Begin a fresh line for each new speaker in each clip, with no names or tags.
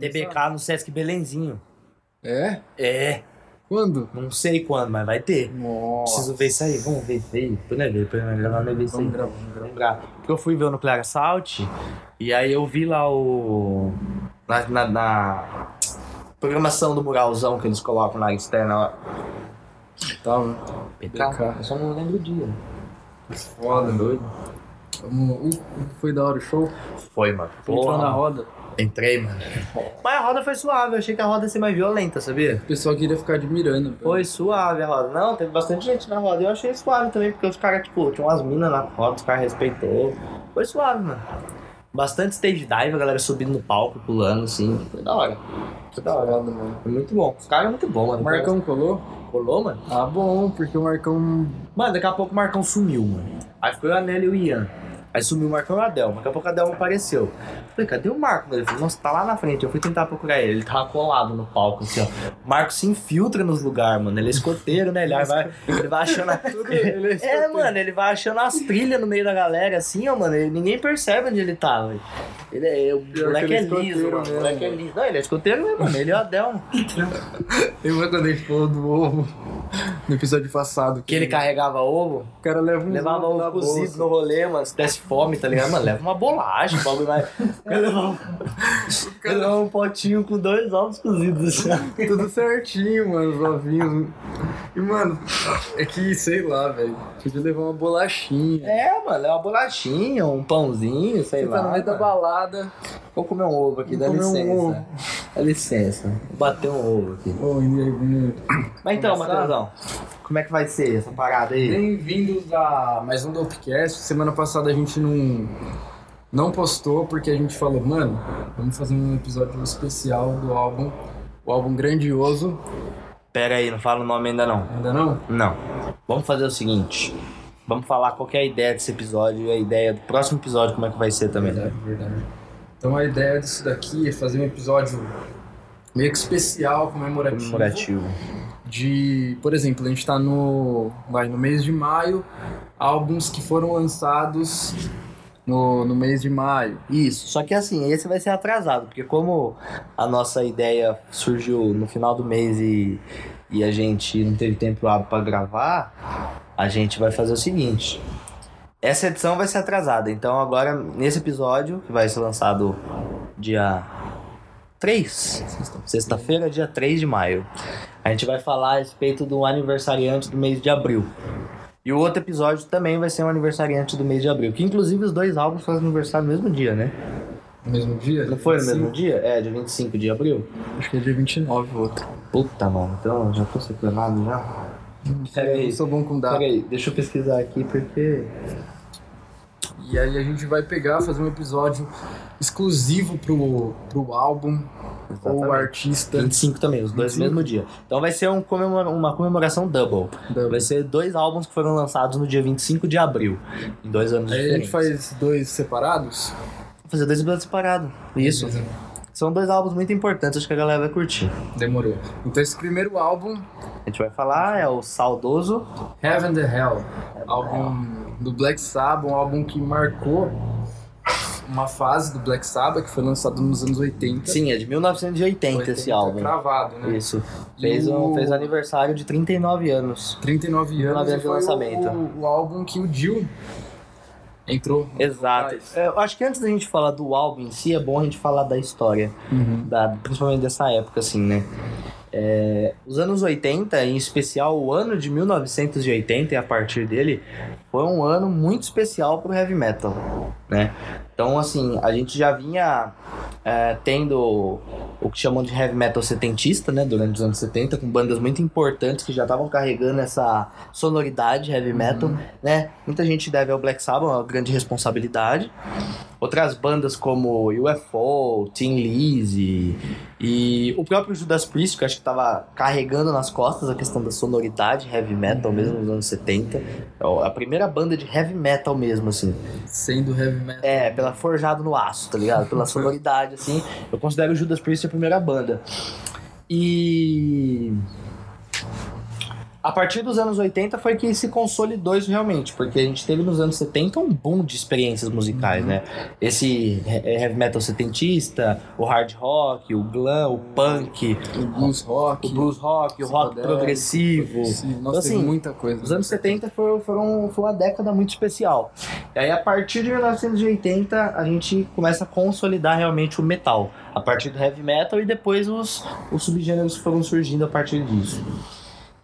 TBK no Sesc Belenzinho.
É?
É,
Quando?
não sei quando, mas vai ter.
Nossa.
Preciso ver isso aí. Vamos ver isso aí. Depois nós vemos, depois nós gravamos, nós vemos isso aí.
Vamos gravar, vamos gravar.
lembrar. Porque eu fui ver o Nuclear Assault e aí eu vi lá o. Na, na- na programação do muralzão que eles colocam na externa lá.
Tá, mano. PK.
Eu só não lembro o dia.
Foda, doido. Vamos- uh, Foi da hora o show?
Foi, mano.
Entrou na
roda.
roda.
Entrei, mano. Mas a roda foi suave, eu achei que a roda ia ser mais violenta, sabia?
O pessoal queria ficar admirando. velho.
Foi suave a roda. Não, teve bastante gente na roda. Eu achei suave também, porque os caras, tipo, tinham umas minas na roda, os caras respeitou. Foi suave, mano. Bastante stage dive, a galera subindo no palco, pulando, assim. Foi da hora. Foi da hora.
Foda, mano.
Foi muito bom. Os caras é muito bom, mano.
O Marcão colou?
colou, mano?
Ah, bom, porque o Marcão.
Mano, daqui a pouco o Marcão sumiu, mano. Aí ficou eu, a Nelly e o Ian. Aí sumiu o Marcão e o Adelmo. Daqui a pouco o Adelmo apareceu. Falei, cadê o Marco? Ele falou, nossa, tá lá na frente. Eu fui tentar procurar ele. Ele tava colado no palco, assim, ó. O Marco se infiltra nos lugares, mano. Ele é escoteiro, né? Ele vai, ele vai achando. a-
Ele
É, mano, ele vai achando as trilhas no meio da galera, assim, ó, mano. Ele- ninguém percebe onde ele tá, velho. Ele é. O
Pior que
moleque
ele é
é liso,
escoteiro
mano. O moleque é
mesmo.
liso. Não, ele é escoteiro mesmo, mano. Ele é o Adelmo.
Lembra quando a gente falou do ovo no episódio passado?
Que ele carregava ovo.
O cara leva um
Levava
ovo na
ovo cozido
bolsa.
no rolê, mano. Se desse fome, tá ligado? Mano, leva uma bolacha, o bagulho vai. Eu levava, um- eu levava um potinho com dois ovos cozidos. assim.
Tudo certinho, mano, os ovinhos. E, mano, é que, sei lá, velho. Podia levar uma bolachinha.
É, mano, é uma bolachinha, um pãozinho, sei
Você
lá.
tá no meio da
mano.
balada.
Vou comer um ovo aqui,
Vou
dá
comer um
licença.
ovo.
Dá licença. Vou bater um ovo aqui.
Bom, e aí, bonito.
Mas então,
Começar?
Matheusão, como é que vai ser essa parada aí?
Bem-vindos a mais um Dopecast. Semana passada a gente não, não postou porque a gente falou, mano, vamos fazer um episódio especial do álbum. O álbum grandioso.
Pera aí, não fala o nome ainda não.
Ainda não?
Não. Vamos fazer o seguinte. Vamos falar qual que é a ideia desse episódio e a ideia do próximo episódio, como é que vai ser também.
Verdade, verdade. Então a ideia disso daqui é fazer um episódio meio que especial, comemorativo.
Comemorativo.
de, por exemplo, a gente tá no, vai, no mês de maio, álbuns que foram lançados no, no mês de maio.
Isso, só que assim, esse vai ser atrasado, porque como a nossa ideia surgiu no final do mês e, e a gente não teve tempo hábil pra gravar, a gente vai fazer o seguinte. Essa edição vai ser atrasada, então agora, nesse episódio, que vai ser lançado dia 3, sexta-feira, dia 3 de maio, a gente vai falar a respeito do aniversariante do mês de abril. E o outro episódio também vai ser um aniversariante do mês de abril, que inclusive os dois álbuns fazem aniversário no mesmo dia, né?
No mesmo dia?
Não foi no
25?
mesmo dia? É, dia 25 de abril.
Acho que é dia 29 o outro.
Puta, mano, então eu já tô sequelado já. Pera aí.
Eu sou bom com data.
Peraí, deixa eu pesquisar aqui porque.
E aí a gente vai pegar, fazer um episódio exclusivo pro, pro álbum ou
Exatamente.
artista.
25 também, os dois
25.
no mesmo dia. Então vai ser um comemora- uma comemoração double.
da-
Vai ser dois álbuns que foram lançados no dia 25 de abril, em dois anos
Aí a gente
diferentes.
faz dois separados?
Vou fazer dois episódios separados. Isso. São dois álbuns muito importantes, acho que a galera vai curtir.
Demorou. Então esse primeiro álbum,
A gente vai falar, é o saudoso.
Heaven the Hell, álbum do Black Sabbath, um álbum que marcou uma fase do Black Sabbath que foi lançado nos anos 80.
Sim, é de 1980 esse
80
álbum.
Cravado, né?
Isso.
E
Fez, um,
o-
fez aniversário de 39 anos.
39 anos
Nove
e
anos de
foi
lançamento.
O, o álbum que o Dio entrou.
Exato.
Mas-
É, Eu acho que antes da gente falar do álbum em si, é bom a gente falar da história, da, principalmente dessa época, assim, né? É, os anos 80, em especial o ano de 1980 e a partir dele, foi um ano muito especial pro heavy metal, né? Então, assim, a gente já vinha é, tendo o que chamam de heavy metal setentista, né? Durante os anos 70, com bandas muito importantes que já estavam carregando essa sonoridade heavy metal né? Muita gente deve ao Black Sabbath é uma grande responsabilidade. Outras bandas como UFO, Tim Lizzy e o próprio Judas Priest, que eu acho que estava carregando nas costas a questão da sonoridade heavy metal mesmo nos anos 70. É A primeira banda de heavy metal mesmo, assim.
Sendo heavy metal.
É, pela forjado no aço, tá ligado? Pela sonoridade, assim. Eu considero o Judas Priest a primeira banda. E. A partir dos anos 80 foi que se consolidou isso realmente, porque a gente teve nos anos 70 um boom de experiências musicais, né? Esse eh, heavy metal setentista, o hard rock, o glam, o punk,
O blues rock.
o blues rock, o rock
Psicodélico,
progressivo.
Sim,
Então,
nossa, tem
assim,
muita coisa.
Os anos 70 foram, foram, foi uma década muito especial. E aí, a partir de 1980, a gente começa a consolidar realmente o metal. A partir do heavy metal e depois os, os subgêneros que foram surgindo a partir disso.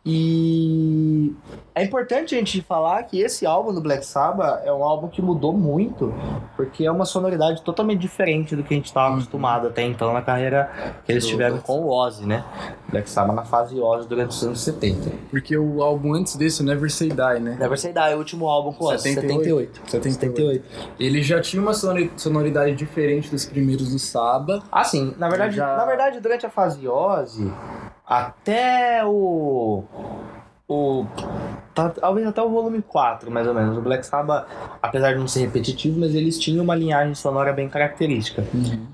E é importante a gente falar que esse álbum do Black Sabbath é um álbum que mudou muito, porque é uma sonoridade totalmente diferente do que a gente estava acostumado até então na carreira que eles
Do
tiveram
Black
com o Ozzy, né? Black Sabbath na fase Ozzy durante os anos 70.
Porque o álbum antes desse, o Never Say Die, né?
Never Say Die, o último álbum com Ozzy, 78.
78.
78.
Ele já tinha uma sonori- sonoridade diferente dos primeiros do Saba.
Ah, sim. Na verdade,
Já-
na verdade, durante a fase Ozzy, até o... O... tá- talvez até o volume 4, mais ou menos. O Black Sabbath, apesar de não ser repetitivo, mas eles tinham uma linhagem sonora bem característica.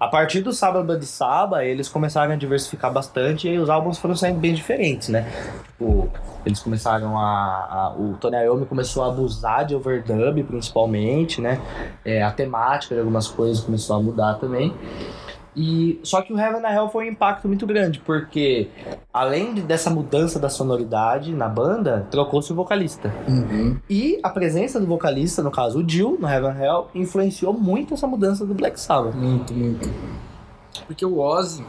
A partir do Sábado de Saba, eles começaram a diversificar bastante e aí os álbuns foram saindo bem diferentes, né? Tipo, eles começaram a, a- O Tony Iommi começou a abusar de overdub, principalmente, né? É, a temática de algumas coisas começou a mudar também. E, só que o Heaven and Hell foi um impacto muito grande, porque além de- dessa mudança da sonoridade na banda, trocou-se o vocalista.
Uhum.
E a presença do vocalista, no caso o Jill, no Heaven and Hell, influenciou muito essa mudança do Black Sabbath.
Muito, muito. Porque o Ozzy,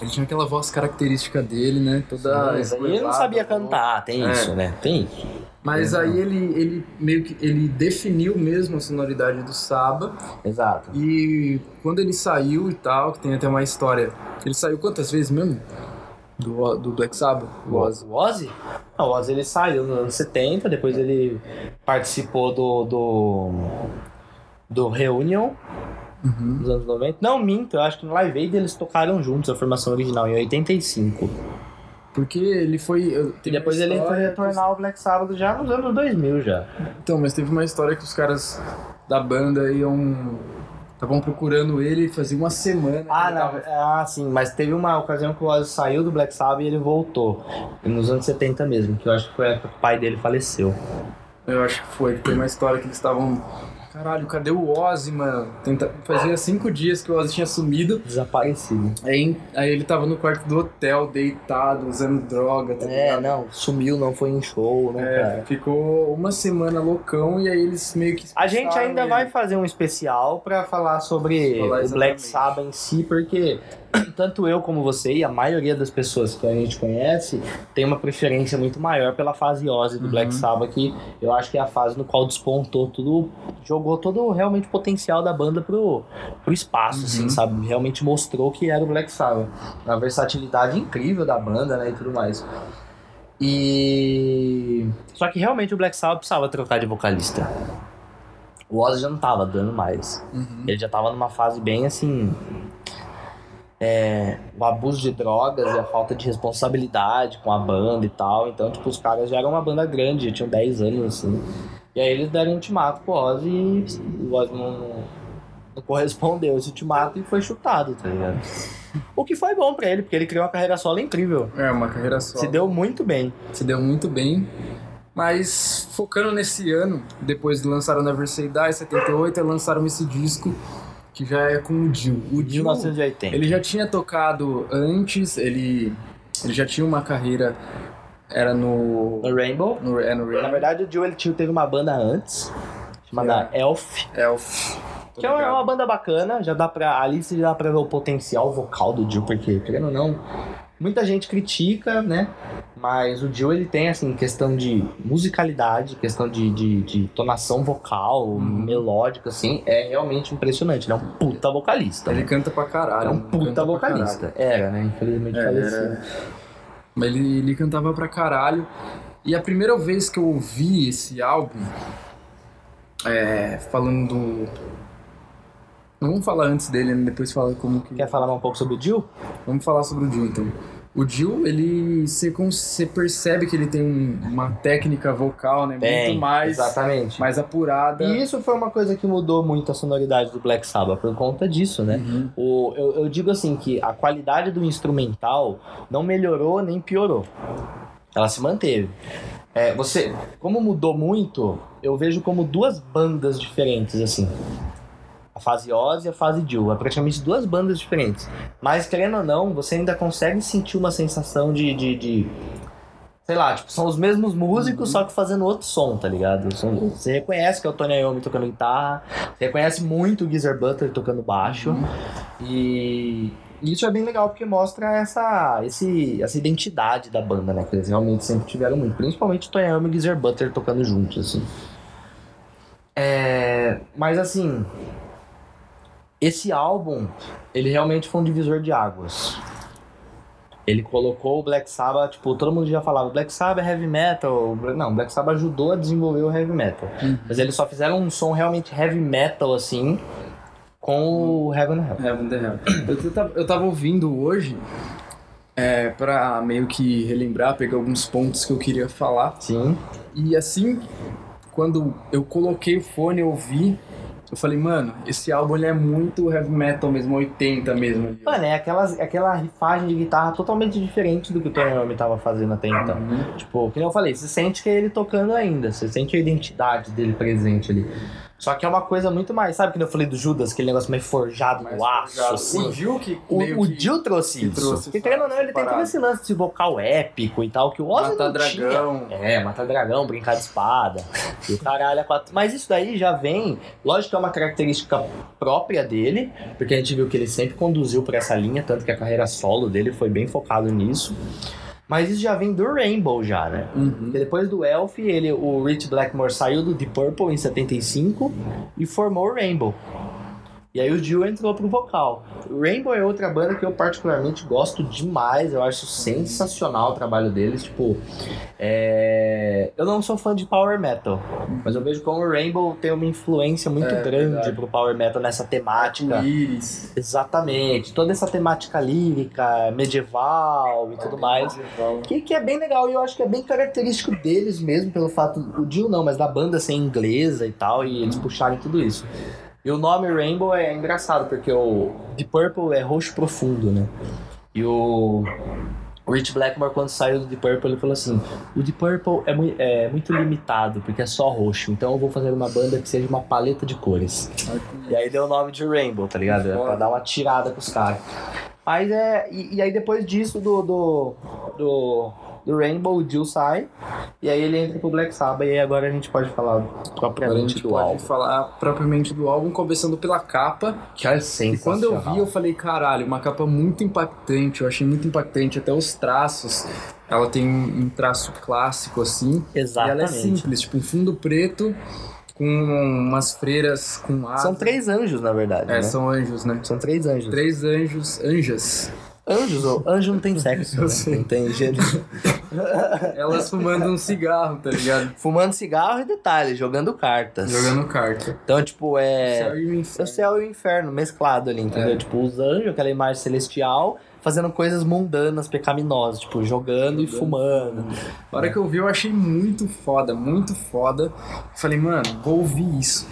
ele tinha aquela voz característica dele, né? Toda.
Mas aí ele não
esgoelada,
sabia
tá bom?
cantar, tem
É.
isso, né? Tem isso.
Mas
É.
aí ele, ele meio que ele definiu mesmo a sonoridade do Saba.
Exato.
E quando ele saiu e tal, que tem até uma história. Ele saiu quantas vezes mesmo? Do, O- do Black Saba? O Ozzy.
O Ozzy? Não, o Ozzy ele saiu nos anos 70, depois ele participou do. do. do Reunion
Uhum.
nos anos 90. Não, minto, eu acho que no Live Aid eles tocaram juntos a formação original, em 85.
Porque ele foi. eu-
E
teve uma
depois ele foi
história-
retornar ao Black Sabbath já nos anos 2000 já.
Então, mas teve uma história que os caras da banda iam. Estavam procurando ele fazia uma semana. que
Ah,
ele
não,
tava-
ah, sim, mas teve uma ocasião que o Ozzy saiu do Black Sabbath e ele voltou. Nos anos 70 mesmo, que eu acho que foi a época que o pai dele faleceu.
Eu acho que foi, que tem uma história que eles estavam. Caralho, cadê o Ozzy, mano? Tenta... Fazia cinco dias que o Ozzy tinha sumido.
Desaparecido.
Aí, aí ele tava no quarto do hotel, deitado, usando droga, tá
É,
ligado?
não, sumiu, não foi em show, né,
É,
cara?
ficou uma semana loucão e aí eles meio que.
A gente
expulsaram
ainda
ele.
vai fazer um especial pra falar sobre
Falar
o
exatamente.
Black Sabbath em si, porque tanto eu como você e a maioria das pessoas que a gente conhece tem uma preferência muito maior pela fase Ozzy do
Uhum.
Black Sabbath, que eu acho que é a fase no qual despontou tudo, jogou todo o realmente potencial da banda pro, pro espaço, assim,
Uhum.
sabe? Realmente mostrou que era o Black Sabbath. A versatilidade incrível da banda, né, e tudo mais. E... Só que realmente o Black Sabbath precisava trocar de vocalista. O Ozzy já não tava dando mais.
Uhum.
Ele já tava numa fase bem assim. é, o abuso de drogas e a falta de responsabilidade com a banda e tal. Então, tipo, os caras já eram uma banda grande, já tinham 10 anos, assim. E aí eles deram um ultimato pro Ozzy e o Ozzy não, não correspondeu a esse ultimato e foi chutado, tá ligado? O que foi bom pra ele, porque ele criou uma carreira solo incrível.
É, uma carreira só.
Se deu muito bem.
se deu muito bem. Mas focando nesse ano, depois de lançar o Never Say Die, 78, eles lançaram esse disco que já é com o Jill. O Jill,
1980.
ele já tinha tocado antes, ele, ele já tinha uma carreira, era no...
No Rainbow.
no, é no
Na verdade, o Jill ele tinha- teve uma banda antes, chamada Elf.
Elf.
Que é uma, é uma banda bacana, já dá pra. Ali você já dá pra ver o potencial vocal do Jill, porque, querendo ou não, muita gente critica, né? Mas o Jill ele tem, assim, questão de musicalidade, questão de, de, de tonação vocal,
Uhum.
melódica, assim, é realmente impressionante. Ele é um puta vocalista.
Ele canta pra caralho.
é um
mano,
puta
canta pra caralho.
vocalista. Era, né? Infelizmente
É,
faleceu.
era. Mas ele, ele cantava pra caralho. E a primeira vez que eu ouvi esse álbum, é, falando do. Não vamos falar antes dele, né? depois fala como que.
Quer falar mais um pouco sobre o Jill?
Vamos falar sobre o Jill então. O Jill, ele. Você, con- você percebe que ele tem um- uma técnica vocal, né? Muito mais.
Exatamente.
Mais apurada.
E isso foi uma coisa que mudou muito a sonoridade do Black Sabbath por conta disso, né?
Uhum.
O, eu, eu digo assim que a qualidade do instrumental não melhorou nem piorou. Ela se manteve. É, você, como mudou muito, eu vejo como duas bandas diferentes, assim. A fase Oz e a fase Jill. É praticamente duas bandas diferentes. Mas, querendo ou não, você ainda consegue sentir uma sensação de... de, de sei lá, tipo, são os mesmos músicos, só que fazendo outro som, tá ligado? São- Você reconhece que é o Tony Iommi tocando guitarra, você reconhece muito o Geezer Butler tocando baixo.
Uhum.
E e isso é bem legal porque mostra essa, esse, essa identidade da banda, né? Que eles realmente sempre tiveram muito. Principalmente o Toyama e o Geezer Butler tocando juntos, assim. É, mas assim, esse álbum, ele realmente foi um divisor de águas. Ele colocou o Black Sabbath, tipo, todo mundo já falava, Black Sabbath é heavy metal. Não, Black Sabbath ajudou a desenvolver o heavy metal.
Uhum.
Mas eles só fizeram um som realmente heavy metal, assim, com o Heaven and Hell.
Heaven the Hell. É, Eu tava, eu tava ouvindo hoje, é, pra meio que relembrar, pegar alguns pontos que eu queria falar.
Sim.
E assim, quando eu coloquei o fone e ouvi, eu falei, mano, esse álbum ele é muito heavy metal mesmo, 80 mesmo. ali, ó."
Mano, é aquelas, aquela rifagem de guitarra totalmente diferente do que o Tony Iommi tava fazendo até então.
Uhum.
Tipo, que nem eu falei, você sente que é ele tocando ainda, você sente a identidade dele presente ali. Só que é uma coisa muito mais, sabe que nem eu falei do Judas, aquele negócio meio forjado
Mas
no aço,
já-
assim.
O Gil que.
O,
meio
o
que-
Jill trouxe
que
isso.
trouxe
Porque
essa-
querendo ou não,
essa
ele tem todo
parada.
esse lance de vocal épico e tal, que o Ozzy
Matar
não tinha.
dragão.
É, matar dragão, brincar de espada. e o caralho, a quatro. Mas isso daí já vem, lógico que é uma característica própria dele, porque a gente viu que ele sempre conduziu pra essa linha, tanto que a carreira solo dele foi bem focado nisso. Mas isso já vem do Rainbow já, né?
Uhum.
Porque depois do Elf, ele, o Rich Blackmore saiu do Deep Purple em 75 e formou o Rainbow. E aí o Dio entrou pro vocal. O Rainbow é outra banda que eu particularmente gosto demais, eu acho sensacional o trabalho deles, tipo... é, Eu não sou fã de power metal, mas eu vejo como o Rainbow tem uma influência muito
É,
grande
verdade.
pro power metal nessa temática.
Íris.
Exatamente, toda essa temática lírica, medieval e tudo mais. Que, que é bem legal e eu acho que é bem característico deles mesmo, pelo fato, o Dio não, mas da banda ser inglesa e tal, e eles puxarem tudo isso. E o nome Rainbow é engraçado, porque o Deep Purple é roxo profundo, né? E o Rich Blackmore, quando saiu do Deep Purple, ele falou assim: o Deep Purple é, mui- é muito limitado, porque é só roxo, então eu vou fazer uma banda que seja uma paleta de cores. E aí deu o nome de Rainbow, tá ligado? É pra dar uma tirada pros caras. Mas é. E, e aí depois disso do. do. do, do Rainbow, o Jill sai. E aí ele entra pro Black Sabbath. E aí agora a gente pode falar
Agora a
propriamente
gente
do
pode
álbum.
falar propriamente do álbum, começando pela capa.
Que é
E quando eu vi, eu falei, caralho, uma capa muito impactante, eu achei muito impactante, até os traços. Ela tem um um traço clássico, assim. E ela é
Exatamente.
simples, tipo, um fundo preto com umas freiras com asas.
são três anjos, na verdade.
É,
né?
são anjos, né?
São três anjos.
Três anjos, anjas.
Anjos, ou anjo não tem sexo,
Eu
né?
sei.
Não tem gênero.
Elas fumando um cigarro, tá ligado?
Fumando cigarro e detalhe, jogando cartas.
Jogando carta.
Então, tipo, é.
Céu e o
É o
inferno.
céu e o inferno mesclado ali, entendeu?
É.
Tipo, os anjos, aquela imagem celestial, fazendo coisas mundanas, pecaminosas, tipo, jogando e
Jogando.
fumando.
A hora que eu vi, eu achei muito foda, muito foda. Falei, mano, vou ouvir isso.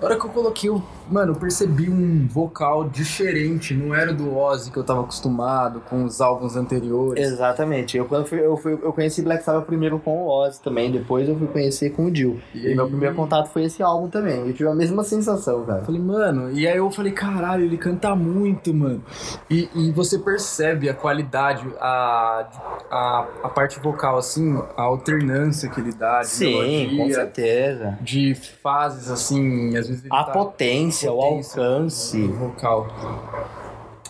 A hora que eu coloquei, eu, mano, eu percebi um vocal diferente. Não era o do Ozzy que eu tava acostumado com os álbuns anteriores.
Exatamente. Eu, quando fui, eu, fui, eu conheci Black Sabbath primeiro com o Ozzy também, depois eu fui conhecer com o Dio. E, meu primeiro contato foi esse álbum também. Eu tive a mesma sensação, cara.
Falei, mano, e aí eu falei, caralho, ele canta muito, mano. E, e você percebe a qualidade, a, a, a parte vocal, assim, a alternância que ele dá, de
Sim, com
melodia,
certeza.
de fases, assim, às vezes ele
A
tá-
potência, o
potência.
alcance.
vocal.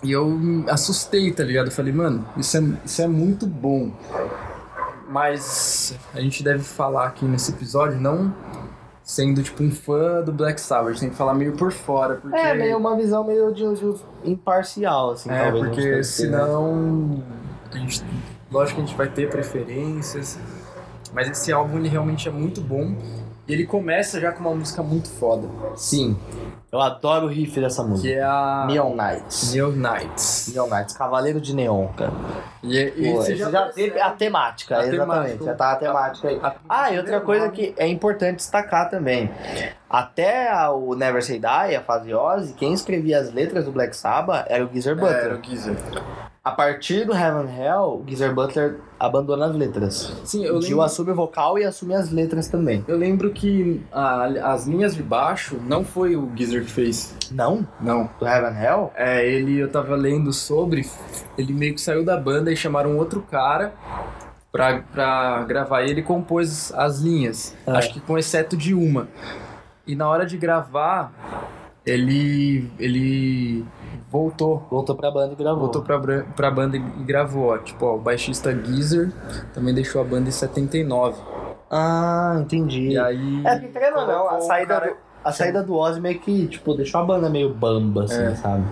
E eu me assustei, tá ligado? Eu falei, mano, isso é, isso é muito bom. Mas a gente deve falar aqui nesse episódio, não sendo tipo um fã do Black Sabbath, a gente tem que falar meio por fora, porque.
É, meio uma visão meio de, de imparcial, assim,
É,
talvez. a gente
porque
tenha que ter, né?
senão. A gente, lógico que a gente vai ter preferências. Mas esse álbum ele realmente é muito bom. E ele começa já com uma música muito foda.
Sim. Eu adoro o riff dessa música.
Que é a.
Neon Knights.
Neon Knights.
Neon Knights, Cavaleiro de Neon, cara.
E, é, e
Pô,
você
você já,
percebe-
teve a temática,
A
exatamente.
temática.
Já tá a temática aí.
A-
Ah, e outra coisa que é importante destacar também. Até a- o Never Say Die, a fase Ozzy, quem escrevia as letras do Black Sabbath era o Geezer
É, Era
Butler.
o Geezer.
A partir do Heaven and Hell, o Geezer Butler abandona as letras.
Sim, eu
O Gil
lembro,
assume o vocal e assume as letras também.
eu lembro que a- as linhas de baixo não foi o Geezer que fez.
Não?
Não.
Do Heaven and Hell?
É, ele, eu tava lendo sobre, ele meio que saiu da banda e chamaram outro cara pra, pra gravar e ele compôs as linhas.
É.
Acho que com exceto de uma. E na hora de gravar, ele, ele voltou.
Voltou pra banda e gravou.
Voltou pra, bran- pra banda e gravou, ó. Tipo, ó, o baixista Geezer também deixou a banda em 79.
Ah, entendi.
E aí...
É, porque querendo ou não, a
colocou o
saída,
cara-
do, a saída do Ozzy meio que, tipo, deixou a banda meio bamba, assim,
É.
sabe?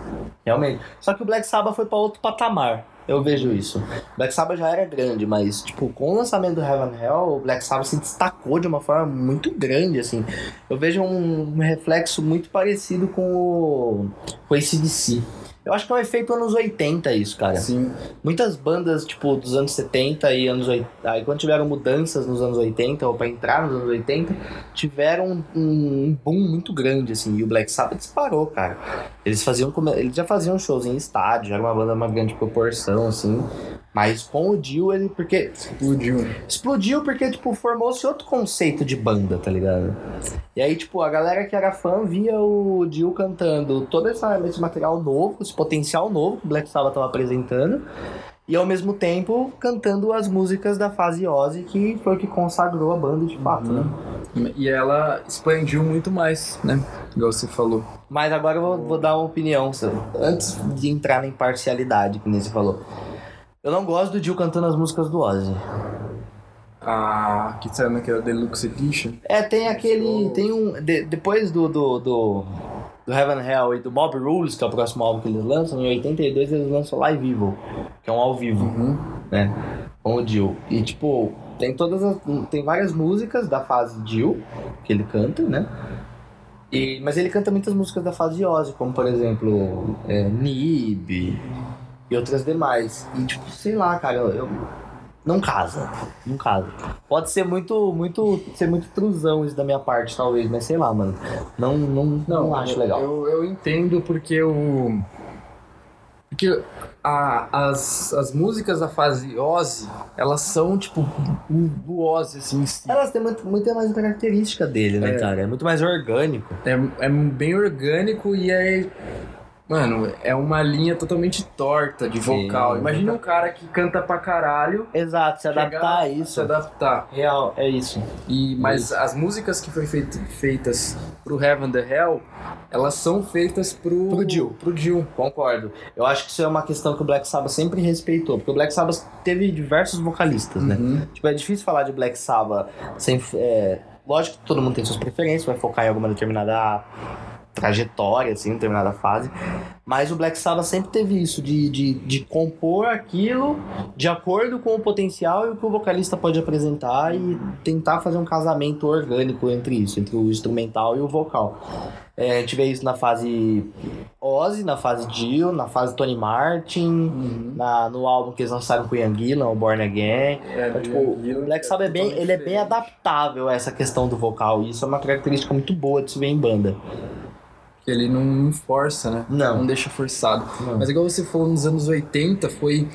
Realmente. Só que o Black Sabbath foi pra outro patamar. Eu vejo isso. O Black Sabbath já era grande, mas, tipo, com o lançamento do Heaven and Hell, o Black Sabbath se destacou de uma forma muito grande, assim. Eu vejo um, um reflexo muito parecido com o, com o ACDC. Eu acho que é um efeito anos 80 isso, cara.
Sim,
Muitas bandas, tipo, dos anos 70 e anos 80, aí quando tiveram mudanças nos anos 80, ou pra entrar nos anos 80, tiveram um, um boom muito grande, assim, e o Black Sabbath disparou, cara. Eles faziam, come- eles já faziam shows em estádio, era uma banda de uma grande proporção, assim, mas com o Dio, ele, porque,
explodiu.
explodiu porque, tipo, formou-se outro conceito de banda, tá ligado? E aí, tipo, a galera que era fã via o Dio cantando todo essa- esse material novo, esse potencial novo que o Black Sabbath tava apresentando, e ao mesmo tempo cantando as músicas da fase Ozzy, que foi o que consagrou a banda de fato,
Uhum.
né?
E ela expandiu muito mais, né? Igual você falou.
Mas agora eu vou, vou dar uma opinião, Sam. antes de entrar na imparcialidade, que nem você falou. Eu não gosto do Dio cantando as músicas do Ozzy.
Ah, que saiu naquela Deluxe Edition.
É, tem aquele.
Show.
Tem um. de- depois do, do, do, do Heaven and Hell e do Mob Rules, que é o próximo álbum que eles lançam, em 82 eles lançam Live Evil, que é um ao vivo,
Uhum.
né? Com o Dio. E tipo, tem todas as, Tem várias músicas da fase Dio, que ele canta, né? E, mas ele canta muitas músicas da fase Ozzy, como por exemplo, é, Nib e outras demais. E tipo, sei lá, cara, eu, eu- não casa, não casa. Pode ser muito, muito, ser muito trusão isso da minha parte, talvez, mas sei lá, mano. Não, não, não, acho legal.
Eu, eu entendo porque o. Porque a- as, as músicas da fase Ozzy, elas são tipo o, o Ozzy, assim, em si.
Elas têm muito, muito mais característica dele, né,
É.
cara? É muito mais orgânico.
É, é bem orgânico e é. Mano, é uma linha totalmente torta de
Sim.
vocal. Imagina um cara que canta pra caralho
Exato, se adaptar
Chegar-
a
se
isso.
adaptar.
Real, é isso.
E, mas as músicas que foram feit- feitas pro Heaven the Hell, elas são feitas pro.
Pro Dio.
Pro Dio.
Concordo. Eu acho que isso é uma questão que o Black Sabbath sempre respeitou, porque o Black Sabbath teve diversos vocalistas, né?
Uhum.
Tipo, é difícil falar de Black Sabbath sem. é, lógico que todo mundo tem suas preferências, vai focar em alguma determinada trajetória, assim, determinada fase. Mas o Black Sabbath sempre teve isso, de, de, de compor aquilo de acordo com o potencial e o que o vocalista pode apresentar e tentar fazer um casamento orgânico entre isso, entre o instrumental e o vocal. É, a gente vê isso na fase Ozzy, na fase Dio, na fase Tony Martin,
Uhum.
na, no álbum que eles lançaram com o Ian Gillan, o Born Again.
É,
Então, tipo, o Black Sabbath é bem, ele é bem adaptável a essa questão do vocal, e isso é uma característica muito boa de se ver em banda.
Ele não- não força, né? Não
Não.
deixa forçado.
Não.
Mas igual você falou nos anos 80, foi.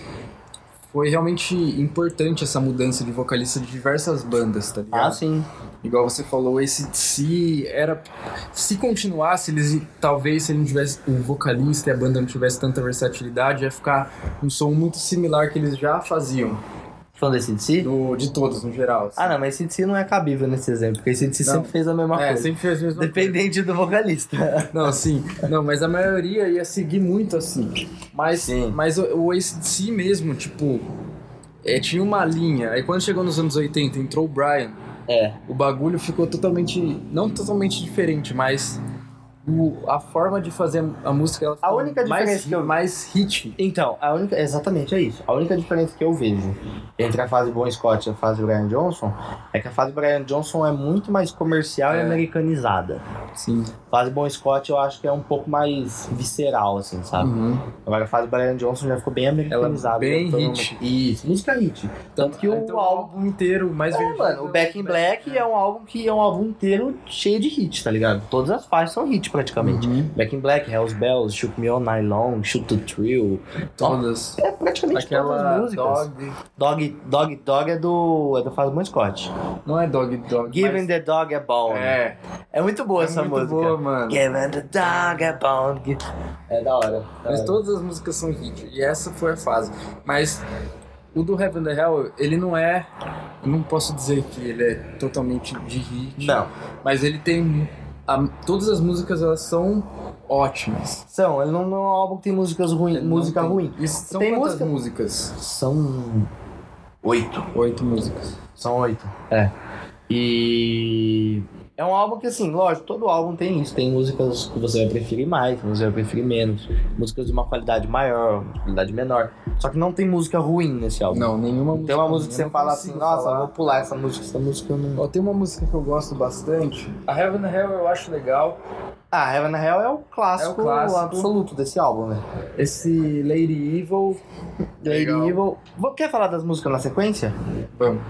Foi realmente importante essa mudança de vocalista de diversas bandas, tá ligado?
Ah, sim.
Igual você falou, esse se era se continuasse eles talvez se ele não tivesse o vocalista e a banda não tivesse tanta versatilidade, ia ficar um som muito similar que eles já faziam
Fã desse DC?
do, de todos no geral. assim.
Ah, não, mas esse DC não é cabível nesse exemplo, porque esse DC
Não.
sempre fez a mesma
é,
coisa.
sempre fez a mesma
Dependente do vocalista.
coisa. Não, sim. Não, mas a maioria ia seguir muito assim. Mas
Sim.
mas o, o AC/DC mesmo, tipo, é, tinha uma linha. Aí quando chegou nos anos 80, entrou o Brian.
É.
o bagulho ficou totalmente. Não totalmente diferente, mas o- a forma de fazer a música ela ficou
única
mais,
diferença que eu-
mais hit.
Então, a única. Exatamente, é isso. A única diferença que eu vejo entre a fase Bon Scott e a fase Brian Johnson é que a fase Brian Johnson é muito mais comercial e
É.
americanizada.
Sim.
A fase Bon Scott eu acho que é um pouco mais visceral, assim, sabe?
Uhum.
Agora a fase Brian Johnson já ficou bem americanizada.
é bem
já todo
hit.
mundo- Isso, música hit. Tanto que o
Então,
álbum.
inteiro mais
É,
vendido
mano, o Back in Black é. um álbum que é um álbum inteiro cheio de hit, tá ligado? Todas as faixas são hit praticamente.
Uhum.
Back in Black, Hell's Bells, Shoot Me All Night Long, Shoot the Thrill.
Todas.
É praticamente todas
Aquela
as músicas.
Dog.
Dog, Dog, Dog é do, é do Fazman Scott.
Não é Dog Dog.
Giving
mas...
the Dog a Bone. É,
É.
muito boa
é
essa
muito
música.
boa, mano.
Giving the Dog a Bone. É da hora. da
Mas
hora.
todas as músicas são hit. E essa foi a fase. Mas o do Heaven the Hell, ele não é. Eu não posso dizer que ele é totalmente de hit.
Não.
Mas ele tem. a- todas as músicas elas são ótimas.
São, ele não não é um álbum que tem músicas ruins.
Ele não
Música
tem-
ruim.
E são
Tem
quantas
música-
músicas?
São. Oito.
Oito músicas.
São oito. É. E. É um álbum que, assim, lógico, todo álbum tem isso. Tem músicas que você vai preferir mais, que você vai preferir menos. Músicas de uma qualidade maior, uma qualidade menor. Só que não tem música ruim nesse álbum.
Não, nenhuma música.
Tem uma música que
eu
você
não
fala assim,
consigo
nossa,
falar.
vou pular essa música, essa música eu não.
Ó, tem uma música que eu gosto bastante. A Heaven the Hell eu acho legal.
Ah, Heaven and Hell é o clássico,
É o clássico.
absoluto desse álbum, né?
Esse Lady Evil.
Lady
Legal.
Evil. Vo- Quer falar das músicas na sequência?
Vamos.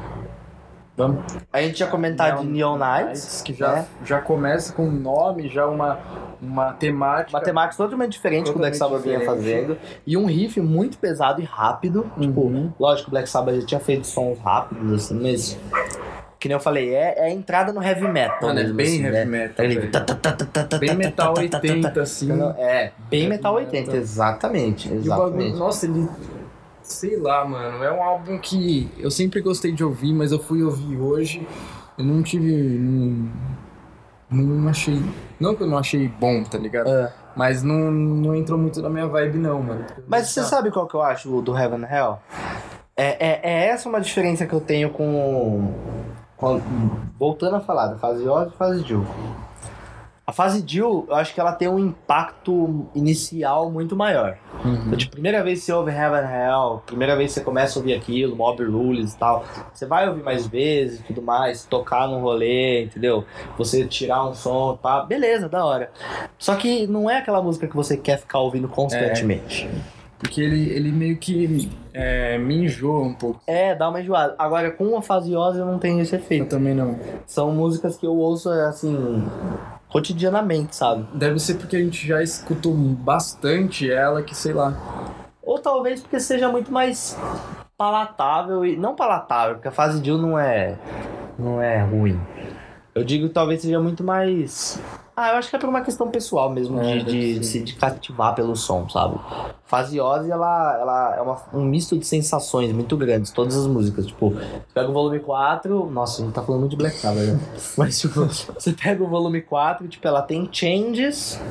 Vamos.
A gente tinha comentado de Neon né? Nights,
Que já, já começa com um nome, já uma, uma temática.
matemática é totalmente diferente que o Black Sabbath
Totalmente
vinha fazendo. E um riff muito pesado e rápido.
Uhum.
Tipo, lógico, o Black Sabbath já tinha feito sons rápidos, assim, mas. Que nem eu falei, é, é a entrada no heavy metal.
Mano, é
mesmo,
bem
assim,
heavy
né?
metal.
Aquele
velho.
tá, tá, tá, tá, tá, tá,
Bem
tá,
metal
tá, tá, tá, tá,
80, assim.
tá, tá. É, bem
Heavy
metal 80,
metal.
exatamente.
E o bagulho,
Exatamente.
nossa, ele. Sei lá, mano. É um álbum que eu sempre gostei de ouvir, mas eu fui ouvir hoje. Eu não tive. Não, não achei. Não que eu não achei bom, tá ligado?
É.
Mas não, não entrou muito na minha vibe, não, mano.
Mas você
Tá.
sabe qual que eu acho do Heaven and Hell? É, é, é essa uma diferença que eu tenho com, com- Voltando a falar da fase Oz e fase Jill. A fase Jill, eu acho que ela tem um impacto inicial muito maior.
Uhum.
Então, de primeira vez que você ouve Heaven and Hell, primeira vez que você começa a ouvir aquilo, Mob Rules e tal, você vai ouvir mais vezes e tudo mais, tocar num rolê, entendeu? Você tirar um som, pá, beleza, da hora. Só que não é aquela música que você quer ficar ouvindo constantemente.
Porque ele, ele meio que é, me enjoa um pouco.
É, dá uma enjoada. Agora, com uma faseosa eu não tenho esse
Eu
efeito.
também não.
São músicas que eu ouço, assim, cotidianamente, sabe?
Deve ser porque a gente já escutou bastante ela, que sei lá.
Ou talvez porque seja muito mais palatável e... Não palatável, porque a fase Jill não é... Não é ruim. Eu digo que talvez seja muito mais... Ah, eu acho que é por uma questão pessoal mesmo,
É,
de,
deve ser.
de, se de cativar pelo som, sabe? Faseose, ela, ela é uma- um misto de sensações muito grandes, todas as músicas. Tipo, você pega o volume 4, nossa, a gente tá falando muito de Black Sabbath, né? Mas, tipo, você pega o volume 4, tipo, ela tem Changes,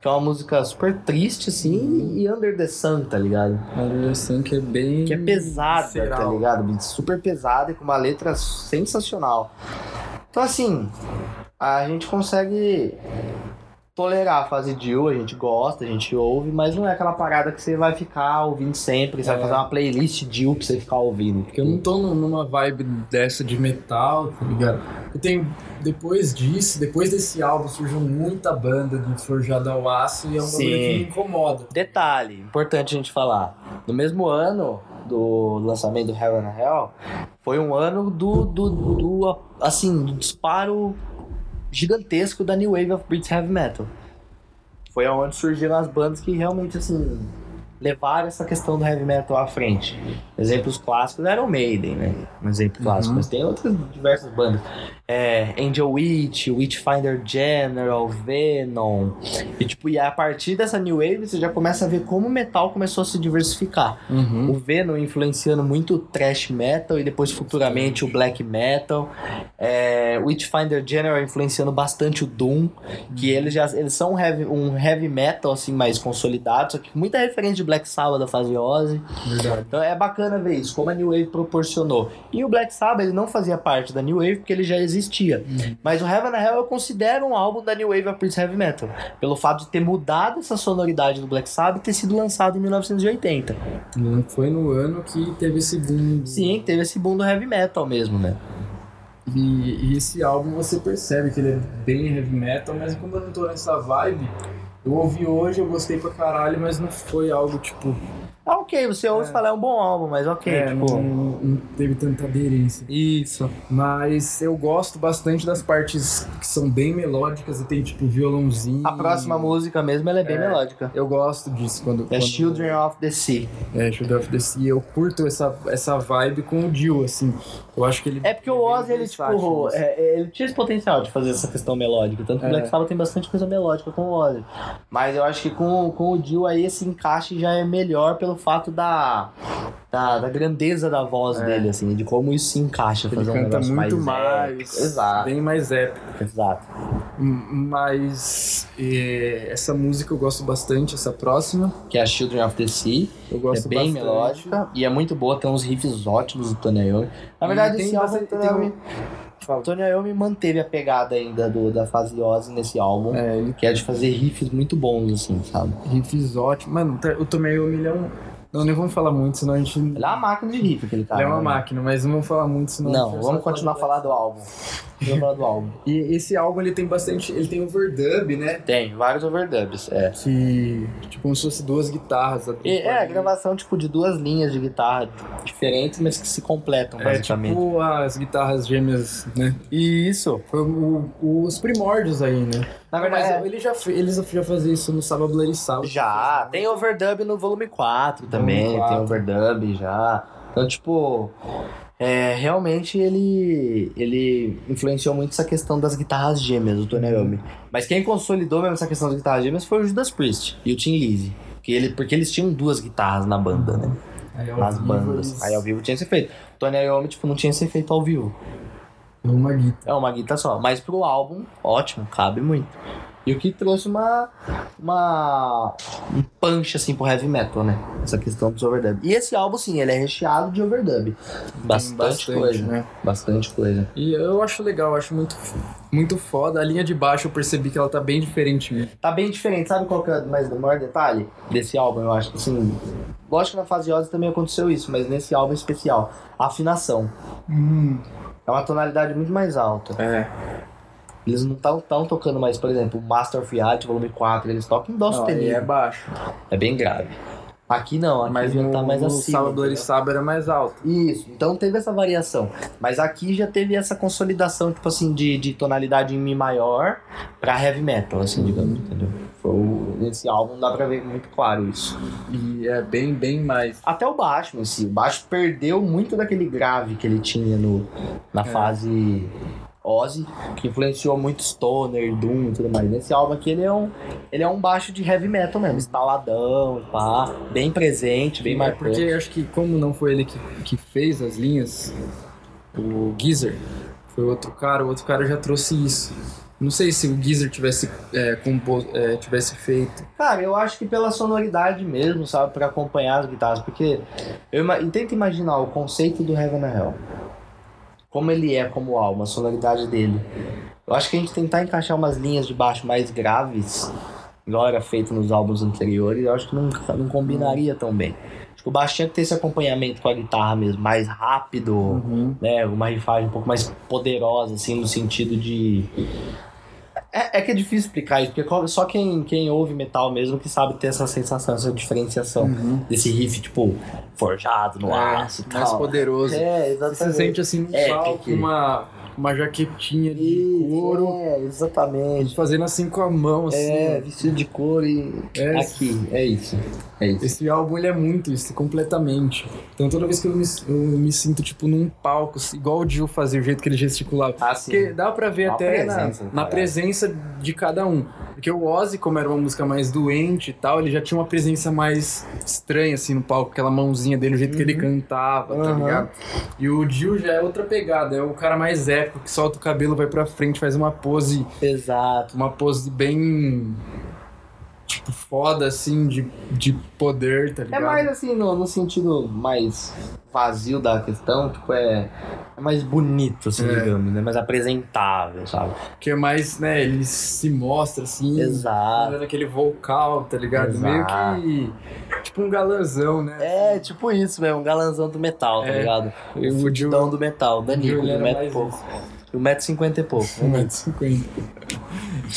que é uma música super triste, assim, e Under the Sun, tá ligado?
A versão que é bem.
Que é pesada, tá
visceral.
ligado? Super pesada e com uma letra sensacional. Então, assim, a gente consegue tolerar a fase de U, a gente gosta, a gente ouve, mas não é aquela parada que você vai ficar ouvindo sempre, você
É.
vai fazer uma playlist de U pra você ficar ouvindo. tipo,
Porque eu não tô num- numa vibe dessa de metal, tá ligado? Eu tenho. Depois disso, depois desse álbum, surgiu muita banda de forjada ao aço e é uma
Sim.
coisa que me incomoda.
Detalhe, importante a gente falar. No mesmo ano do lançamento do Heaven and Hell, foi um ano do, do, do assim, do disparo gigantesco da New Wave of British Heavy Metal. Foi onde surgiram as bandas que realmente, assim, levaram essa questão do heavy metal à frente. Exemplos clássicos eram Maiden, né? Um exemplo clássico,
Uhum.
mas tem outras diversas bandas. É, Angel Witch, Witchfinder General, Venom, e tipo, e a partir dessa New Wave, você já começa a ver como o metal começou a se diversificar. O Venom influenciando muito o thrash metal e depois futuramente o black metal. É, Witchfinder General influenciando bastante o Doom, que
Uhum.
eles já eles são um heavy, um heavy metal assim mais consolidado, só que com muita referência de Black Sabbath da fase Ozzy.
Verdade.
Então é bacana ver isso, como a New Wave proporcionou. E o Black Sabbath, ele não fazia parte da New Wave porque ele já existia.
Uhum.
Mas o Heaven and Hell eu considero um álbum da New Wave a Prince Heavy Metal, pelo fato de ter mudado essa sonoridade do Black Sabbath e ter sido lançado em 1980.
Uhum. Não Foi no ano que teve esse boom.
Sim, teve esse boom do heavy metal mesmo, né?
E, e esse álbum você percebe que ele é bem heavy metal, mas como eu não tô nessa vibe, eu ouvi hoje, eu gostei pra caralho, mas não foi algo tipo.
Ah, ok, você ouve
É.
falar é um bom álbum, mas ok,
É,
tipo.
não, não teve tanta aderência.
Isso.
Mas eu gosto bastante das partes que são bem melódicas e tem tipo violãozinho.
A próxima música mesmo, ela é bem
É.
melódica.
Eu gosto disso quando.
É
quando-
Children of the Sea.
É, Children of the Sea. Eu curto essa, essa vibe com o Dio, assim. Eu acho que ele.
É porque o
ele é bem
Ozzy, ele,
versátil,
tipo,
assim.
é- é- ele tinha esse potencial de fazer essa questão melódica. Tanto que o
É.
Black Sabbath tem bastante coisa melódica com o Ozzy. Mas eu acho que com, com o Dio aí esse encaixe já é melhor pelo fato da, da, da grandeza da voz
É.
dele, assim, de como isso se encaixa.
Ele
fazer um
canta
negócio
muito
mais.
mais,
épico. Exato,
bem mais épico.
exato.
M- Mas é, essa música eu gosto bastante, essa próxima.
Que é a Children of the Sea.
Eu gosto
é bem
bastante.
melódica e é muito boa, tem uns riffs ótimos do Tony Iommi. Na verdade,
E tem
esse álbum
bastante-
do Tony
tem um-
Iommi-
Fala.
o Tony Iommi manteve a pegada ainda do, da fase Ozzy nesse álbum,
É, ele
que é de fazer riffs muito bons, assim, sabe?
riffs ótimos. Mano, tá- eu tomei o milhão. Não, nem vamos falar muito, senão a gente.
Ele é uma máquina de riff, aquele cara.
Ele é uma
né?
máquina, mas não vamos falar muito, senão. a gente
Não,
vai
vamos
só
continuar a falar do álbum. Vamos falar do álbum.
E esse álbum ele tem bastante. Ele tem overdub, né?
Tem vários overdubs, é.
Que. Tipo, como se fosse duas guitarras. a
E, é, a
dupla, né?
gravação, tipo, de duas linhas de guitarra diferentes, mas que se completam,
É
basicamente.
tipo as guitarras gêmeas, né?
E isso.
Foi o- os primórdios aí, né?
Na verdade, é.
Mas ele já, fe- eles já faziam isso no Sábado Bloody Sábado.
Já, tem overdub no volume 4 também,
Volume 4.
tem overdub já. Então, tipo, é, realmente ele, ele influenciou muito essa questão das guitarras gêmeas, do
Uhum.
Tony Iommi. Mas quem consolidou mesmo essa questão das guitarras gêmeas foi o Judas Priest e o Tim Lizzy. Porque, ele, porque eles tinham duas guitarras na banda, né?
Aí, ao
Nas
vivo,
bandas.
eles-
Aí ao vivo tinha esse efeito. O Tony Iommi, tipo, não tinha esse efeito ao vivo.
Uma guitarra.
É uma guitarra só. Mas pro álbum, ótimo, cabe muito. E o que trouxe uma. uma um punch assim pro heavy metal, né? Essa questão dos overdub. E esse álbum, sim, ele é recheado de overdub. Bastante, coisa.
né?
Bastante coisa.
E eu acho legal, eu acho muito, muito foda. A linha de baixo eu percebi que ela tá bem diferente mesmo.
Tá bem diferente, sabe qual que é mais, o maior detalhe desse álbum, eu acho? Assim, lógico que na fase Ozzy também aconteceu isso, mas nesse álbum em especial, a afinação. É uma tonalidade muito mais alta.
É.
Eles não estão tocando mais, por exemplo, Master of Reality, volume 4, eles tocam em Dó
Não, aí
sustenido.
é baixo.
É bem grave. Aqui não, aqui
Mas
já
no,
tá mais
no
assim.
Sábado Bloody Sábado era mais alto.
Isso, então teve essa variação. Mas aqui já teve essa consolidação, tipo assim, de, de tonalidade em Mi maior pra heavy metal, assim, digamos, entendeu? Foi o- Nesse álbum dá pra ver muito claro isso.
E é bem, bem mais.
Até o baixo em si. O baixo perdeu muito daquele grave que ele tinha no, na
É.
fase Ozzy, que influenciou muito Stoner, Doom e tudo mais. Nesse álbum aqui ele é um, ele é um baixo de heavy metal mesmo, estaladão, pá, bem presente, bem
é
marcante.
porque acho que como não foi ele que, que fez as linhas, o Geezer foi outro cara, o outro cara já trouxe isso. Não sei se o Geezer tivesse, é, compo- é, tivesse feito.
Cara, eu acho que pela sonoridade mesmo, sabe? Pra acompanhar as guitarras. Porque eu ima- tento imaginar o conceito do Heaven and Hell. Como ele é como alma, a sonoridade dele. Eu acho que a gente tentar encaixar umas linhas de baixo mais graves, igual era feito nos álbuns anteriores, eu acho que não, não combinaria tão bem. Acho que o baixo tinha que ter esse acompanhamento com a guitarra mesmo, mais rápido né, uma rifagem um pouco mais poderosa, assim, no sentido de... É, é que é difícil explicar isso, porque co- só quem, quem ouve metal mesmo que sabe ter essa sensação, essa diferenciação desse riff, tipo, forjado no aço e
Então, Hum. É, mais
tal.
poderoso.
É,
Você se sente assim no
É,
palco,
porque-
uma, uma jaquetinha de
Isso,
couro,
É, exatamente.
fazendo assim com a mão, assim.
É,
ó.
vestido de couro e...
É.
Aqui, é isso. É isso.
Esse álbum ele é muito isso, completamente. Então toda vez que eu me, eu me sinto tipo num palco, assim, igual o Dio fazia, o jeito que ele gesticulava.
Assim.
Porque dá pra ver
Uma
até
presença do
na, na
cara.
presença de cada um. Porque o Ozzy, como era uma música mais doente e tal, ele já tinha uma presença mais estranha, assim, no palco. Aquela mãozinha dele, o jeito que ele cantava, tá
Uhum.
ligado? E o Jill já é outra pegada. É o cara mais épico, que solta o cabelo, vai pra frente, faz uma pose...
Exato.
Uma pose bem... Tipo, foda, assim, de, de poder, tá
É
ligado?
mais assim, no, no sentido mais vazio da questão, tipo, é, é mais bonito, assim,
É.
digamos, né? Mais apresentável, sabe?
Que é mais, né, ele se mostra, assim...
Exato.
Fazendo aquele vocal, tá ligado?
Exato.
Meio que. Tipo um galãzão, né?
É, tipo isso mesmo, um galanzão do metal, tá
É.
ligado?
E
O
o Gil-
fudidão do metal, Danico,
Ele
do
era
metro e
mais É.
pouco. Do metro e cinquenta e pouco.
isso, 1,50.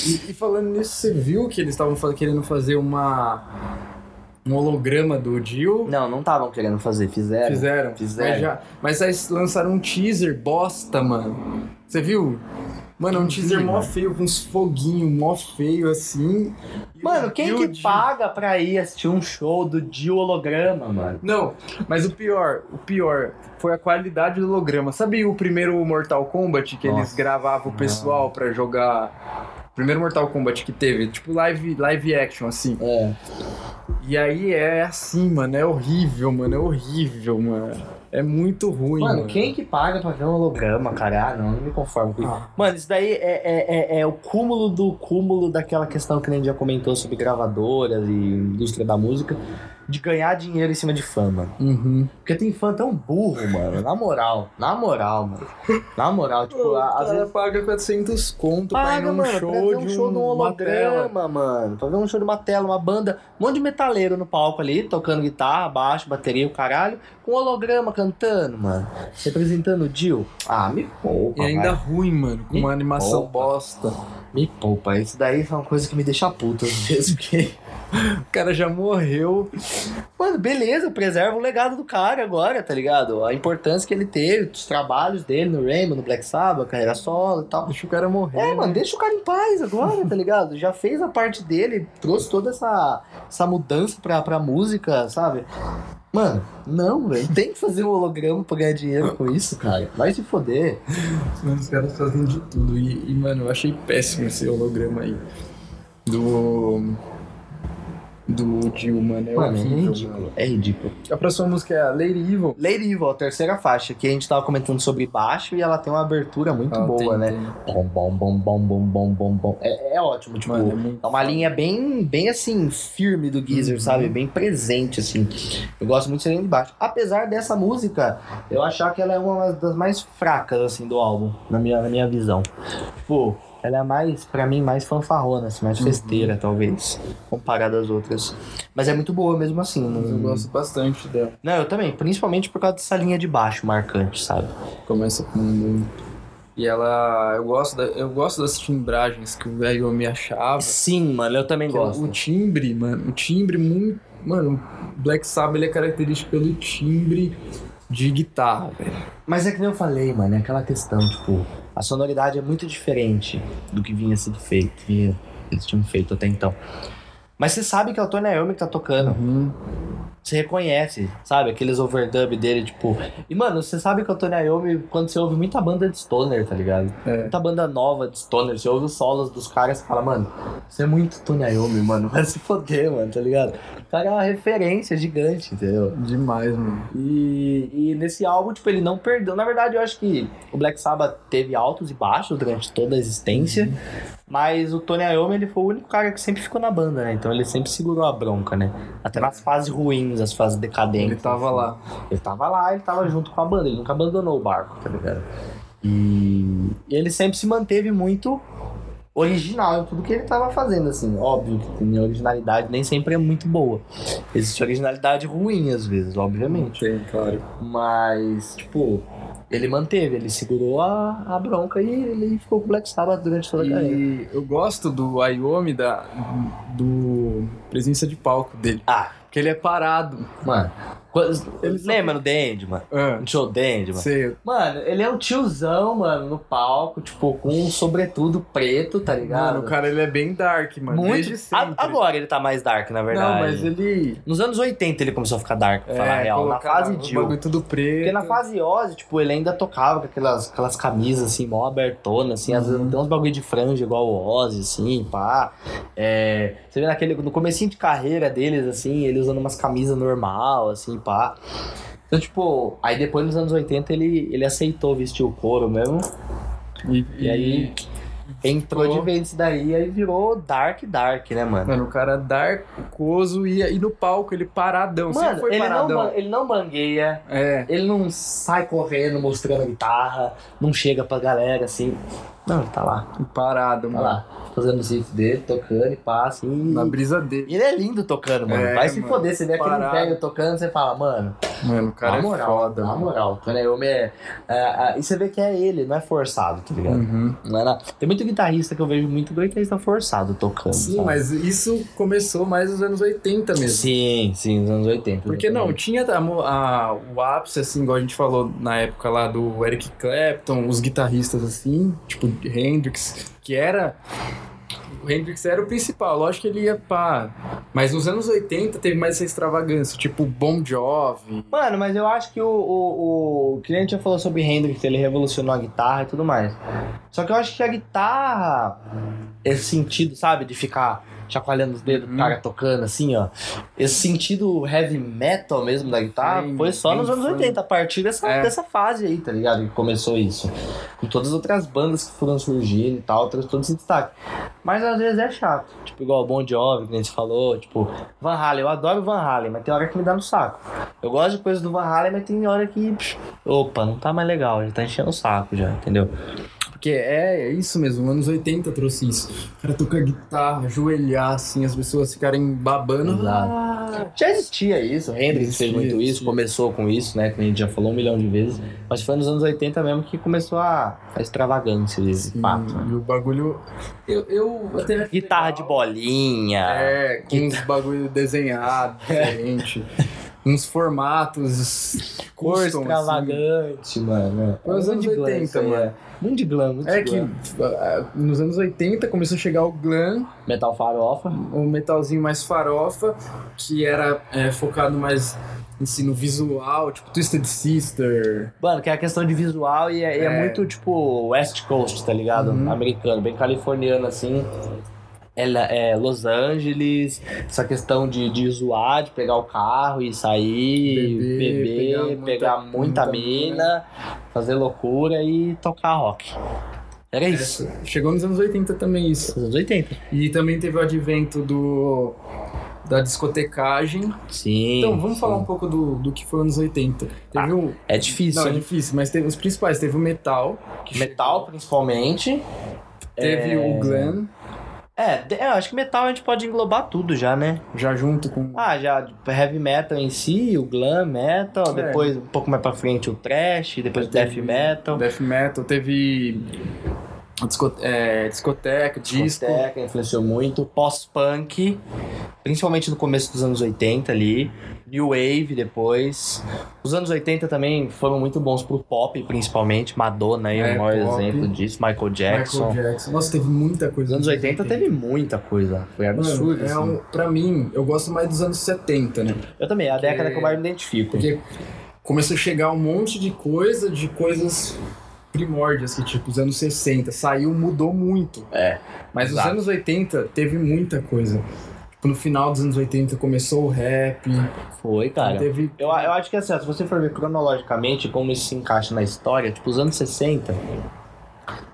E, e falando nisso, você viu que eles estavam fa- querendo fazer uma. um holograma do Dio.
Não, não estavam querendo fazer, fizeram.
Fizeram.
Fizeram.
Mas, já, mas aí lançaram um teaser bosta, mano. Você viu? Mano, é um
Não vi,
teaser mó
mano.
feio, com uns foguinhos mó feio assim. E
Mano,
o
quem
Dio
que
de-
paga pra ir assistir um show do Dio Holograma, mano?
Não, mas o pior, o pior foi a qualidade do holograma. Sabe o primeiro Mortal Kombat que eles
Nossa,
gravavam o pessoal pra jogar? O primeiro Mortal Kombat que teve, tipo live, live action, assim.
É.
E aí é assim, mano, é horrível, mano, é horrível, mano. É muito ruim, mano.
Mano, quem que paga pra ver um holograma, cara? Ah, não, não me conformo com isso.
Ah.
Mano, isso daí é, é, é, é o cúmulo do cúmulo daquela questão que a gente já comentou sobre gravadoras e indústria da música, de ganhar dinheiro em cima de fã, mano.
Uhum.
Porque tem fã tão burro, mano. Na moral, na moral, mano. Na moral, tipo,
o
a- às
cara
vezes.
paga 400 conto pra ir
Paga,
num
mano,
show
pra ver um
de
show de um
uma tela.
holograma, mano. Pra ver um show de uma tela, uma banda, um monte de metaleiro no palco ali, tocando guitarra, baixo, bateria, o caralho, com holograma cantando, mano. Representando o Dio. Ah, me poupa.
E ainda
Ah, vai.
ruim, mano, com uma
Ih,
animação
opa.
bosta.
Me poupa. Isso daí é uma coisa que me deixa puto às vezes, porque.
O cara já morreu.
Mano, beleza, preserva o legado do cara agora, tá ligado? A importância que ele teve, os trabalhos dele no Rainbow, no Black Sabbath, carreira solo e tal.
Deixa o cara morrer.
É, mano, deixa o cara em paz agora, tá ligado? Já fez a parte dele, trouxe toda essa, essa mudança pra, pra música, sabe? Mano, não, velho. Tem que fazer um holograma pra ganhar dinheiro com isso, cara. Vai se foder.
Mano, os caras fazem de tudo. E, e, mano, eu achei péssimo esse holograma aí. Do. Do Jill, mano. É
Mano, é
horrível,
ridículo.
mano.
É ridículo.
A próxima música é a Lady Evil.
Lady Evil, a terceira faixa, que a gente tava comentando sobre baixo e ela tem uma abertura muito
Ela
boa,
Ah, tem-
né?
tem-
Bom, bom, bom, bom, bom, bom, bom, bom. É, é ótimo, tipo.
Mano, é muito.
É uma linha bem, bem assim, firme do Geezer,
Uhum.
sabe? Bem presente, assim. Eu gosto muito de linha de baixo. Apesar dessa música, eu achar que ela é uma das mais fracas, assim, do álbum, na minha, na minha visão. Tipo, ela é mais, pra mim, mais fanfarrona, assim, mais
Uhum.
festeira, talvez, comparada às outras. Mas é muito boa mesmo assim. Não,
Mas eu gosto bastante dela.
não, eu também, principalmente por causa dessa linha de baixo marcante, sabe?
Começa com. um E ela. Eu gosto, da- eu gosto das timbragens que o velho me achava.
Sim, mano, eu também
Que ela- O
gosto.
timbre, mano, o timbre muito. Mano, o Black Sabbath ele é característico pelo timbre de guitarra, velho.
Mas é que nem eu falei, mano, é aquela questão, tipo, a sonoridade é muito diferente do que vinha sendo feito, que vinha, eles tinham feito até então. Mas você sabe que é o Tony Iommi que tá tocando,
Uhum.
você reconhece, sabe, aqueles overdub dele, tipo... E, mano, você sabe que é o Tony Iommi quando você ouve muita banda de stoner, tá ligado?
É.
Muita banda nova de stoner, você ouve os solos dos caras e fala, mano, você é muito Tony Iommi, mano, vai se foder, mano, tá ligado? O cara é uma referência gigante, entendeu?
Demais, mano.
E, e nesse álbum, tipo, ele não perdeu. Na verdade, eu acho que o Black Sabbath teve altos e baixos durante toda a existência. Mas o Tony Iommi, ele foi o único cara que sempre ficou na banda, né? Então ele sempre segurou a bronca, né? Até nas fases ruins, as fases decadentes.
Ele tava
assim.
lá.
Ele tava lá, ele tava junto com a banda. Ele nunca abandonou o barco, tá ligado? E ele sempre se manteve muito original em tudo que ele tava fazendo, assim. Óbvio que minha originalidade nem sempre é muito boa. Existe originalidade ruim, às vezes, obviamente.
Tem, claro.
Mas, tipo, ele manteve, ele segurou a, a bronca e ele ficou com o Black Sabbath durante toda a carreira.
E eu gosto do Ayomi, da do presença de palco dele.
Ah,
Porque ele é parado.
mano. quando-
Ele só-
Lembra do Dandy, mano?
Ah,
No show Dandy, mano.
sei.
Mano, ele é um tiozão, mano, no palco, tipo, com um sobretudo preto, tá ligado?
Mano, o cara ele é bem dark, mano. Desde
A-
sempre.
agora ele tá mais dark, na verdade.
Não, mas ele.
Nos anos 80 ele começou a ficar dark, pra
é,
falar a real. Na
colocava
fase
o
Jill.
bagulho tudo preto.
Porque na fase Ozzy, tipo, ele ainda tocava com aquelas, aquelas camisas, assim, mó abertonas, assim, às vezes
Uhum.
tem uns bagulho de franja igual o Ozzy, assim, pá. É, você vê naquele, no comecinho de carreira deles, assim, ele usando umas camisas normal, assim, pá. Então, tipo, aí depois nos anos 80 ele, ele aceitou vestir o couro mesmo,
E,
e aí entrou de vez isso daí, aí virou Dark Dark, né, mano?
Mano, o cara darkoso e, e no palco ele paradão. sempre
Mano,
foi
ele não,
paradão.
ban- ele não bangueia,
É.
Ele não sai correndo mostrando a guitarra, não chega pra galera assim. Não, ele tá lá.
Parado,
Tá
mano.
lá. Fazendo o zip dele, tocando e passa. E...
Na brisa dele.
E ele é lindo tocando, mano.
É,
Vai se
mano.
foder, você vê aquele
Parado.
velho tocando, você fala, mano,
Mano, o cara
na moral,
é foda.
na
mano.
moral. Quando é homem é, é, é- E você vê que é ele, não é forçado, tá ligado?
Uhum.
Não é nada. Tem muito guitarrista que eu vejo muito guitarrista forçado tocando.
Sim,
sabe?
mas isso começou mais nos anos 80 mesmo.
Sim, sim, nos anos 80.
Porque não, tinha a mo- a- o ápice, assim, igual a gente falou na época lá do Eric Clapton, os guitarristas assim, tipo Hendrix, que era. O Hendrix era o principal, lógico que ele ia pá. Mas nos anos 80 teve mais essa extravagância, tipo Bon Jovi.
Mano, mas eu acho que o, o, o cliente já falou sobre Hendrix, ele revolucionou a guitarra e tudo mais. Só que eu acho que a guitarra, esse sentido, sabe, de ficar chacoalhando os dedos,
Uhum.
o cara tocando assim, ó. Esse sentido heavy metal mesmo da guitarra
Sim,
foi só
sim,
nos anos
foi.
80, a partir dessa,
É.
dessa fase aí, tá ligado? Que começou isso. Com todas as outras bandas que foram surgindo e tal, trouxe todo esse destaque. Mas às vezes é chato. Tipo, igual o Bon Jovi, que nem você falou, tipo, Van Halen, eu adoro Van Halen, mas tem hora que me dá no saco. Eu gosto de coisas do Van Halen, mas tem hora que. psh, Opa, não tá mais legal, já tá enchendo o saco já, entendeu?
Porque é, é isso mesmo, anos 80 trouxe isso. O cara tocar guitarra, ajoelhar, assim, as pessoas ficarem babando.
Exato.
Ah,
Já existia isso, o Hendrix
Existia,
fez muito isso,
existia.
começou com isso, né? Que a gente já falou um milhão de vezes. Mas foi nos anos 80 mesmo que começou a, a extravagância desse
e,
fato. né?
e o bagulho. Eu, eu, eu tenho-
Guitarra de bolinha.
É, com uns bagulho desenhado, diferente. uns formatos.
Cor
custom, assim.
extravagante, assim. mano.
Foi os
Muito
anos
de glam
80,
isso aí,
mano.
é. Muito de glam, muito
assim. É
de
que
glam.
ah, nos anos 80 começou a chegar o glam,
Metal farofa.
o metalzinho mais farofa, que era é, focado mais ensino visual, tipo Twisted Sister.
Mano, que é a questão de visual e é, e é
É.
muito tipo West Coast, tá ligado?
Uhum.
Americano, bem californiano assim. Ela é Los Angeles, essa questão de, de zoar, de pegar o carro e sair,
Beber,
beber,
pegar
pegar
muita- né? muita
muita, mina, fazer loucura e tocar rock.
É.
Era isso.
Essa- Chegou nos anos 80 também isso.
Nos anos 80.
E também teve o advento do da discotecagem.
Sim.
Então vamos
sim.
falar um pouco do, do que foi anos 80. Teve um,
É difícil,
Não, é
hein?
difícil, mas teve os principais. Teve o metal. que
Metal, principalmente.
chegou, Teve o glam,
É, de- é, eu acho que metal a gente pode englobar tudo já, né?
já junto com...
Ah, já heavy metal em si, o glam metal,
É.
depois um pouco mais pra frente o thrash, depois o
Teve
death metal,
Death metal. Teve a disco- é, discoteca, disco.
discoteca, influenciou muito, pós-punk, principalmente no começo dos anos 80 ali, new wave depois. Os anos 80 também foram muito bons pro pop, principalmente, Madonna aí é
É,
o maior
pop.
exemplo disso, Michael Jackson.
Michael Jackson. Nossa, teve muita coisa.
Os anos 80 teve muita coisa, foi
Mano,
absurdo.
é
assim.
um, pra mim, eu gosto mais dos anos 70, né?
Eu também, é a
Porque-
década que eu mais me identifico.
Porque começou a chegar um monte de coisa, de coisas primórdias, que tipo, os anos 60 saiu, mudou muito.
É,
Mas os
exato.
anos 80 teve muita coisa. Tipo, no final dos anos 80 começou o rap,
Foi, cara.
teve...
Eu, eu acho que assim, ó, se você for ver cronologicamente como isso se encaixa na história, tipo, os anos 60,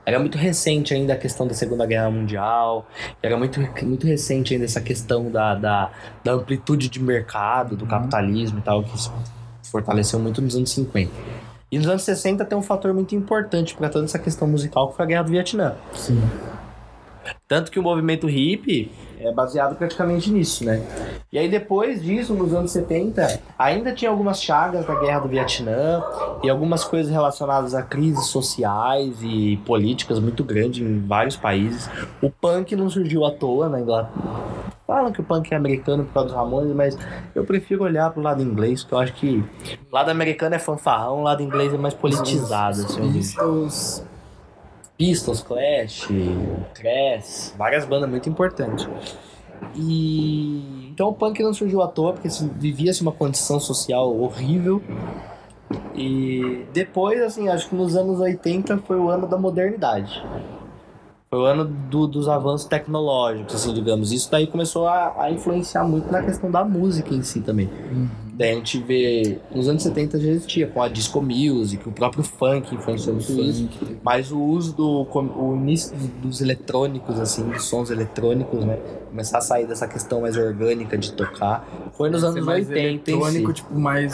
era muito recente ainda a questão da Segunda Guerra Mundial, era muito, muito recente ainda essa questão da, da, da amplitude de mercado, do
Uhum.
capitalismo e tal, que se fortaleceu muito nos anos 50. E nos anos 60 tem um fator muito importante para toda essa questão musical, que foi a Guerra do Vietnã.
Sim.
Tanto que o movimento hippie é baseado praticamente nisso, né? E aí depois disso, nos anos 70, ainda tinha algumas chagas da guerra do Vietnã e algumas coisas relacionadas a crises sociais e políticas muito grandes em vários países. O punk não surgiu à toa na Inglaterra. Falam que o punk é americano por causa dos Ramones, mas eu prefiro olhar pro lado inglês, porque eu acho que o lado americano é fanfarrão, o lado inglês é mais politizado.
Os
Assim, eu
Beatles.
Pistols, Clash, Crash, várias bandas muito importantes. E então o punk não surgiu à toa porque se- vivia-se uma condição social horrível. E depois, assim, acho que nos anos 80 foi o ano da modernidade. Foi o ano do- dos avanços tecnológicos, assim, digamos. Isso daí começou a, a influenciar muito na questão da música em si também. Daí a gente vê, nos anos 70 já existia, com a disco music, o próprio funk influenciou muito isso. Mas o uso do com- o início dos, dos eletrônicos, assim, dos sons eletrônicos, né? Começar a sair dessa questão mais orgânica de tocar. Foi nos anos
mais
80, em si.
eletrônico, tipo, mais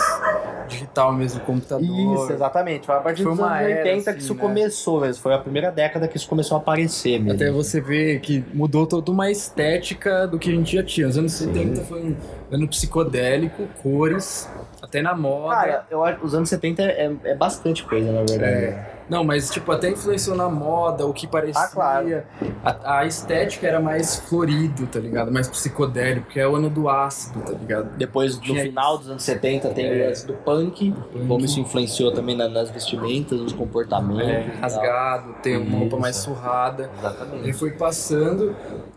digital mesmo, computador.
Isso, exatamente. Foi a partir
Foi
dos
uma
anos
era,
80 que
assim,
isso
né?
começou mesmo. Foi a primeira década que isso começou a aparecer mesmo.
Até você ver que mudou toda uma estética do que a gente já tinha. Os anos 70 foi um ano psicodélico, cores, até na moda.
Cara, eu acho, os anos 70 é, é bastante coisa, na verdade.
É. Não, mas tipo, até influenciou na moda, o que parecia.
Ah, claro.
a, a estética era mais florido, tá ligado? Mais psicodélico, que é o ano do ácido, tá ligado?
Depois, no
Tinha
final dos anos 70, tem o
É.
lance do punk, como isso influenciou também na- nas vestimentas, nos comportamentos.
É,
e tal.
rasgado, ter uma roupa mais
Hum, Isso. Hum.
surrada. Ele
Exatamente.
foi passando.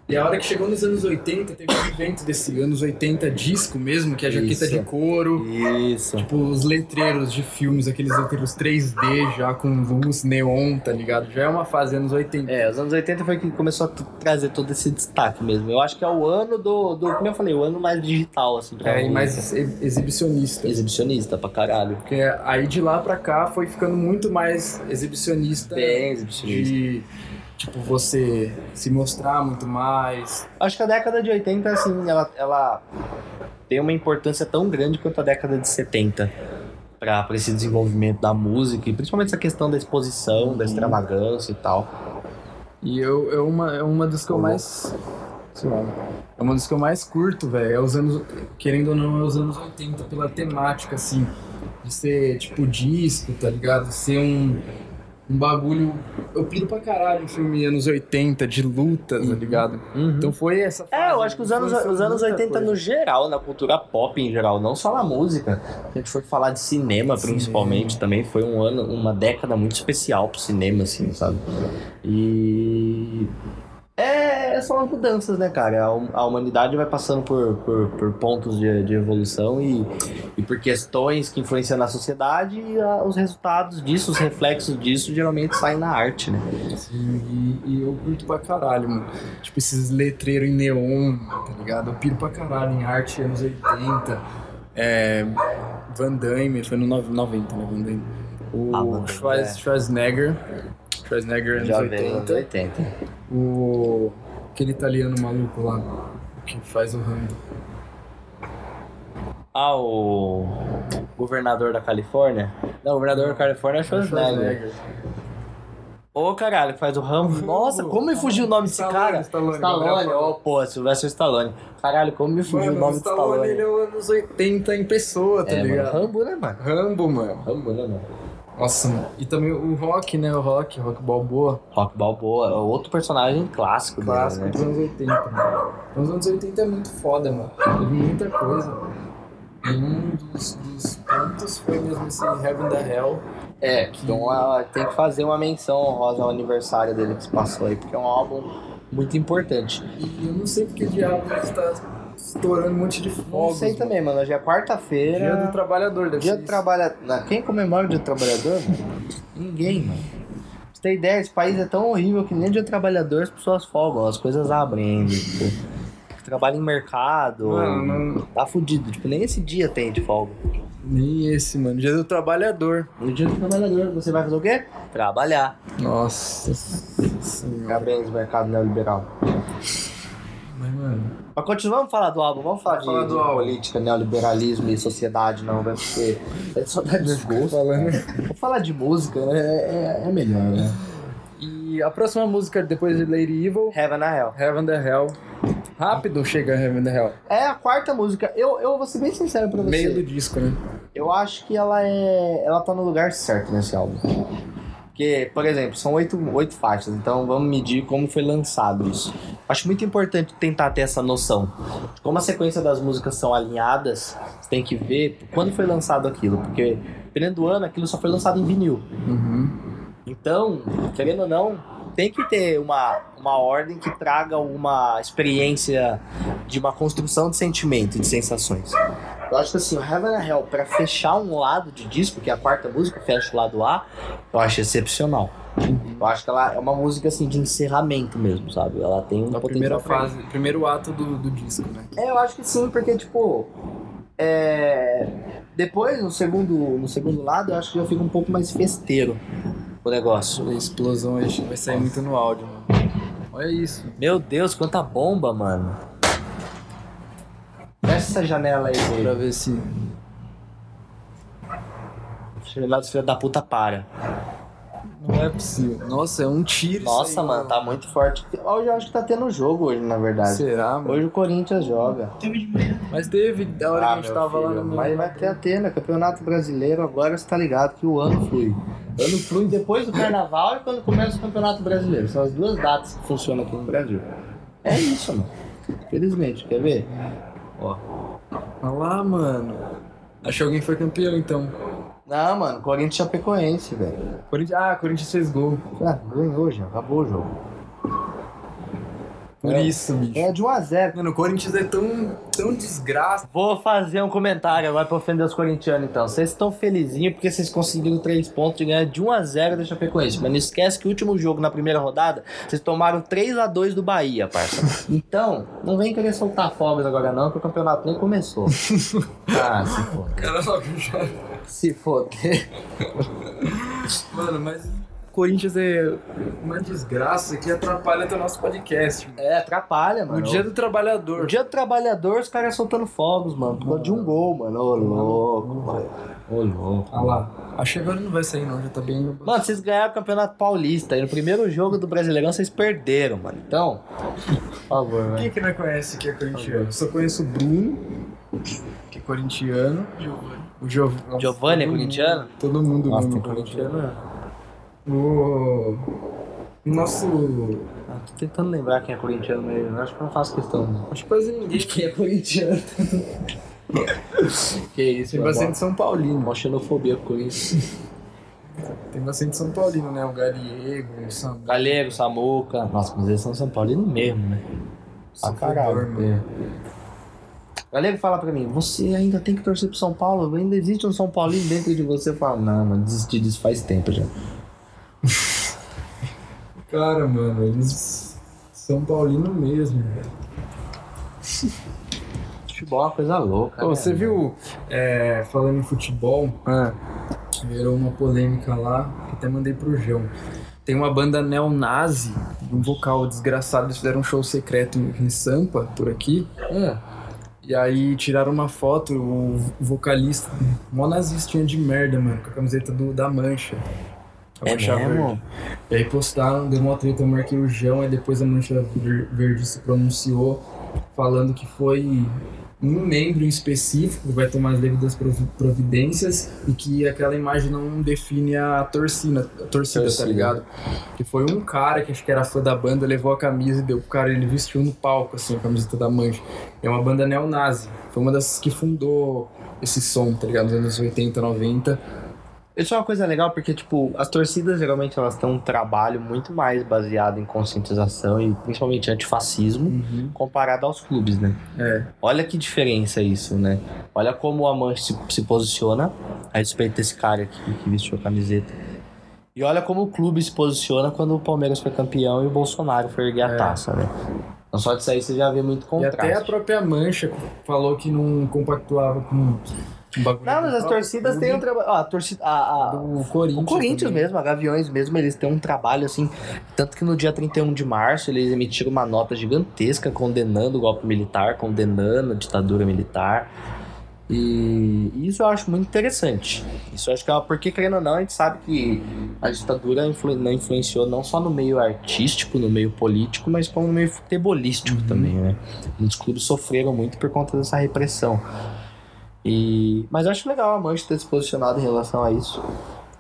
E a hora que chegou nos anos 80, teve um evento desse anos 80 disco mesmo, que é a jaqueta
Isso.
de couro.
Isso.
Tipo, os letreiros de filmes, aqueles letreiros 3D já com luz neon, tá ligado? Já é uma fase anos 80.
É, os anos 80 foi que começou a t- trazer todo esse destaque mesmo. Eu acho que é o ano do, do como eu falei, o ano mais digital, assim, pra
É, e
mim.
mais ex- exibicionista.
exibicionista pra caralho.
Porque aí de lá pra cá foi ficando muito mais exibicionista.
Bem exibicionista.
De, tipo, você se mostrar muito mais.
Acho que a década de 80, assim, ela, ela tem uma importância tão grande quanto a década de 70 pra pra esse desenvolvimento da música e principalmente essa questão da exposição, da extravagância e tal.
E eu, eu uma, é uma das que eu
Uhum.
mais. Sei lá. É uma das que eu mais curto, velho. É os anos. Querendo ou não, é os anos 80 pela temática, assim. De ser tipo disco, tá ligado? Ser um. Um bagulho. Eu piro pra caralho em filme anos 80 de luta, tá ligado? Então foi essa.
É, eu
fase,
acho que os anos,
influenciou
os anos
muita
80
coisa.
no geral, na cultura pop em geral, não só na música. Se a gente for falar de cinema,
Cinema.
principalmente, também foi um ano, uma década muito especial pro cinema, assim, sabe? E. É, é só mudanças, né, cara? A, hum- a humanidade vai passando por, por, por pontos de, de evolução e, e por questões que influenciam na sociedade e ah, os resultados disso, os reflexos disso, geralmente saem na arte, né?
Sim, Assim, e, e eu curto pra caralho, mano. Tipo, esses letreiros em neon, tá ligado? Eu piro pra caralho em arte anos 80. É, Van Damme, foi no nove- 90, né? Van Damme. O
Ah, Van Damme,
Schwarz-
é.
Schwarzenegger. Schwarzenegger anos
Já vem anos
80.
80.
O. Aquele italiano maluco lá. Que faz o Rambo.
Ah, o governador da Califórnia? Não, o governador da Califórnia é Schwarzenegger. Ô, caralho, que faz o Rambo. Nossa, como me fugiu o nome desse
Stallone,
cara?
Stallone,
Stallone,
Gabriel
ô, pô, Silvestre Stallone. Caralho, como me fugiu
Mano,
o nome do
Stallone,
Stallone.
ele é o anos 80 em pessoa, tá
É, mano,
ligado?
Rambo, né, mano?
Rambo, mano.
Rambo, né, mano?
Nossa, mano. E também o Rock, né? O Rock, o Rock Balboa.
Rock Balboa, é outro personagem clássico, dele,
Clássico
né?
dos anos 80. mano. Os anos 80 é muito foda, mano. Teve muita coisa. E um dos, dos pontos foi mesmo esse Heaven da Hell.
É, então ah, tem que fazer uma menção honrosa ao aniversário dele que se passou aí, porque é um álbum muito importante.
E eu não sei porque diabo está estourando um monte de
Não
fogos.
sei
mano.
também, mano, hoje é
Dia
quarta-feira.
do trabalhador, deve
Dia
ser
do
isso.
trabalhador. Quem comemora o Dia do Trabalhador? mano? Ninguém, mano. Pra Você tem ideia? Esse país é tão horrível que nem Dia do Trabalhador as pessoas folgam, as coisas abrem. ainda, Tipo. Trabalha em mercado.
Mano, não-
Tá fudido. Tipo, nem esse dia tem de folga.
nem esse, mano. Dia do trabalhador.
No Dia do Trabalhador, você vai fazer o quê? Trabalhar.
Nossa senhora.
Parabéns, mercado neoliberal.
Mas, mano,
Mas continuamos a falar do álbum, vamos falar,
Vamos falar
de,
do
de
álbum.
política, neoliberalismo e sociedade, não, vai ser. É só dar desgosto.
falando.
Vamos falar de música, né? é, é, é melhor, né?
E a próxima música depois de Lady Evil,
Heaven na Hell.
Heaven the Hell. Rápido chega Heaven the Hell.
É a quarta música. Eu, eu vou ser bem sincero pra você.
Meio do disco, né?
Eu acho que ela é. Ela tá no lugar certo nesse álbum. Porque, por exemplo, são oito, oito faixas, então vamos medir como foi lançado isso. Acho muito importante tentar ter essa noção. Como a sequência das músicas são alinhadas, você tem que ver quando foi lançado aquilo. Porque, dependendo do ano, aquilo só foi lançado em vinil.
Uhum.
Então, querendo ou não, tem que ter uma, uma ordem que traga uma experiência de uma construção de sentimento e de sensações. Eu acho que assim, o Heaven and Hell, pra fechar um lado de disco, que é a quarta música, fecha o lado A, eu acho excepcional.
Uhum.
Eu acho que ela é uma música assim de encerramento mesmo, sabe? Ela tem um
Na primeira
potencial pra-
fase, primeiro ato do, do disco, né?
é, eu acho que sim, porque, tipo. é, Depois, no segundo, no segundo lado, eu acho que já fica um pouco mais festeiro o negócio.
A explosão aí vai sair muito no áudio, mano. Olha isso.
Meu Deus, quanta bomba, mano. Fecha essa janela aí,
Pra
Zé.
ver se.
Lá dos filhos da puta para.
Não é possível. Nossa, é um tiro. isso
Nossa,
aí,
mano, tá muito forte. Hoje eu acho que tá tendo jogo hoje, na verdade.
Será, mano?
Hoje o Corinthians joga.
Teve de manhã.
Mas teve da hora
Ah,
que a gente
meu
tava lá
filho,
no.
Mas vai ter Atena, Campeonato Brasileiro, agora você tá ligado que o ano flui. Ano flui depois do Carnaval e quando começa o Campeonato Brasileiro. São as duas datas que funcionam aqui no Brasil. É isso, mano. Felizmente, quer ver?
Olha lá, mano. Acho que alguém foi campeão, então.
Não, mano, Corinthians Chapecoense, velho.
Corinthians... Ah, Corinthians fez gol.
Ah, ganhou já, acabou o jogo.
Por
É.
isso, bicho.
É de 1 a 0
Mano, o Corinthians é tão, tão desgraça.
Vou fazer um comentário agora pra ofender os corintianos, então. Vocês estão felizinhos porque vocês conseguiram três pontos e ganhar de 1x0 da Chapecoense. Mas não esquece que o último jogo, na primeira rodada, vocês tomaram 3x2 do Bahia, parça. Então, não vem querer soltar fogos agora não, que o campeonato nem começou. ah, se for.
Cara, só que já-
Se for.
Mano, mas. Corinthians é uma desgraça que atrapalha até o nosso podcast. mano.
É, atrapalha, mano.
O dia do trabalhador.
O dia do trabalhador, os caras soltando fogos, mano. Por causa de um gol, mano. Ô, louco, velho. Ô, louco.
Olha Ah lá. Acho que agora não vai sair, não. Já tá bem.
Mano, vocês ganharam o Campeonato Paulista e no primeiro jogo do Brasileirão vocês perderam, mano. Então, por favor, velho.
Quem que não conhece que é corintiano? Eu só conheço o Bruno, que é corintiano. O Giov... Nossa,
Giovanni é
todo mundo-
corintiano?
Todo mundo é
Nossa,
mesmo
tem corintiano,
O nosso.
Ah, tô tentando lembrar quem é corintiano, mas eu acho que eu não faço questão. né?
Acho que quase ninguém que é corintiano.
Que isso,
Tem
mano.
bastante São Paulino.
Mó xenofobia com isso.
Tem bastante São Paulino, né? O Galiego, o Sam.
Galego, Samuca. Nossa, mas eles são São Paulino mesmo, né? Pra caralho. É.
mano.
Galego fala pra mim, você ainda tem que torcer pro São Paulo? Ainda existe um São Paulino dentro de você? Eu falo, não, mano, desisti disso faz tempo já.
Cara, mano, eles. São Paulino mesmo, velho.
Futebol é uma coisa louca.
Ô,
né,
você
mano?
viu, é, falando em futebol,
né? Ah.
Gerou uma polêmica lá, que até mandei pro João. Tem uma banda neonazi, de um vocal desgraçado, eles fizeram um show secreto em em Sampa, por aqui. é
Ah.
E aí tiraram uma foto, o vocalista, mó nazistinha de merda, mano, com a camiseta do, da Mancha. A
É
Mancha
mesmo?
Verde. E aí postaram, deu uma treta, eu marquei o João, e depois a Mancha Ver- Verde se pronunciou, falando que foi um membro em específico vai tomar as devidas provi- providências e que aquela imagem não define a torcida, a torcida,
Torcida.
tá ligado? Que foi um cara que acho que era fã da banda, levou a camisa e deu pro cara, ele vestiu no palco, assim, a camiseta da Mancha. É uma banda neonazi. Foi uma das que fundou esse som, tá ligado? Nos anos 80, 90.
Isso é uma coisa legal porque, tipo, as torcidas geralmente elas têm um trabalho muito mais baseado em conscientização e principalmente antifascismo comparado aos clubes, né?
É.
Olha que diferença isso, né? Olha como a Mancha se, se posiciona a respeito desse cara aqui que vestiu a camiseta. E olha como o clube se posiciona quando o Palmeiras foi campeão e o Bolsonaro foi erguer a
É.
taça, né? Então só disso aí você já vê muito
E até a
contraste.
própria Mancha falou que não compactuava com o bagulho.
Não, mas
do
as torcidas têm um trabalho... ó, a torcida... a- a-
Então, do Corinthians.
O Corinthians
também.
mesmo, a Gaviões mesmo, eles têm um trabalho assim. Tanto que no dia 31 de março eles emitiram uma nota gigantesca condenando o golpe militar, condenando a ditadura militar. E isso eu acho muito interessante. Isso eu acho que é uma, porque, querendo ou não, a gente sabe que a ditadura influ- não influenciou não só no meio artístico, no meio político, mas como no meio
Uhum.
futebolístico também, né? Muitos clubes sofreram muito por conta dessa repressão. E... Mas eu acho legal a Mancha ter se posicionado em relação a isso.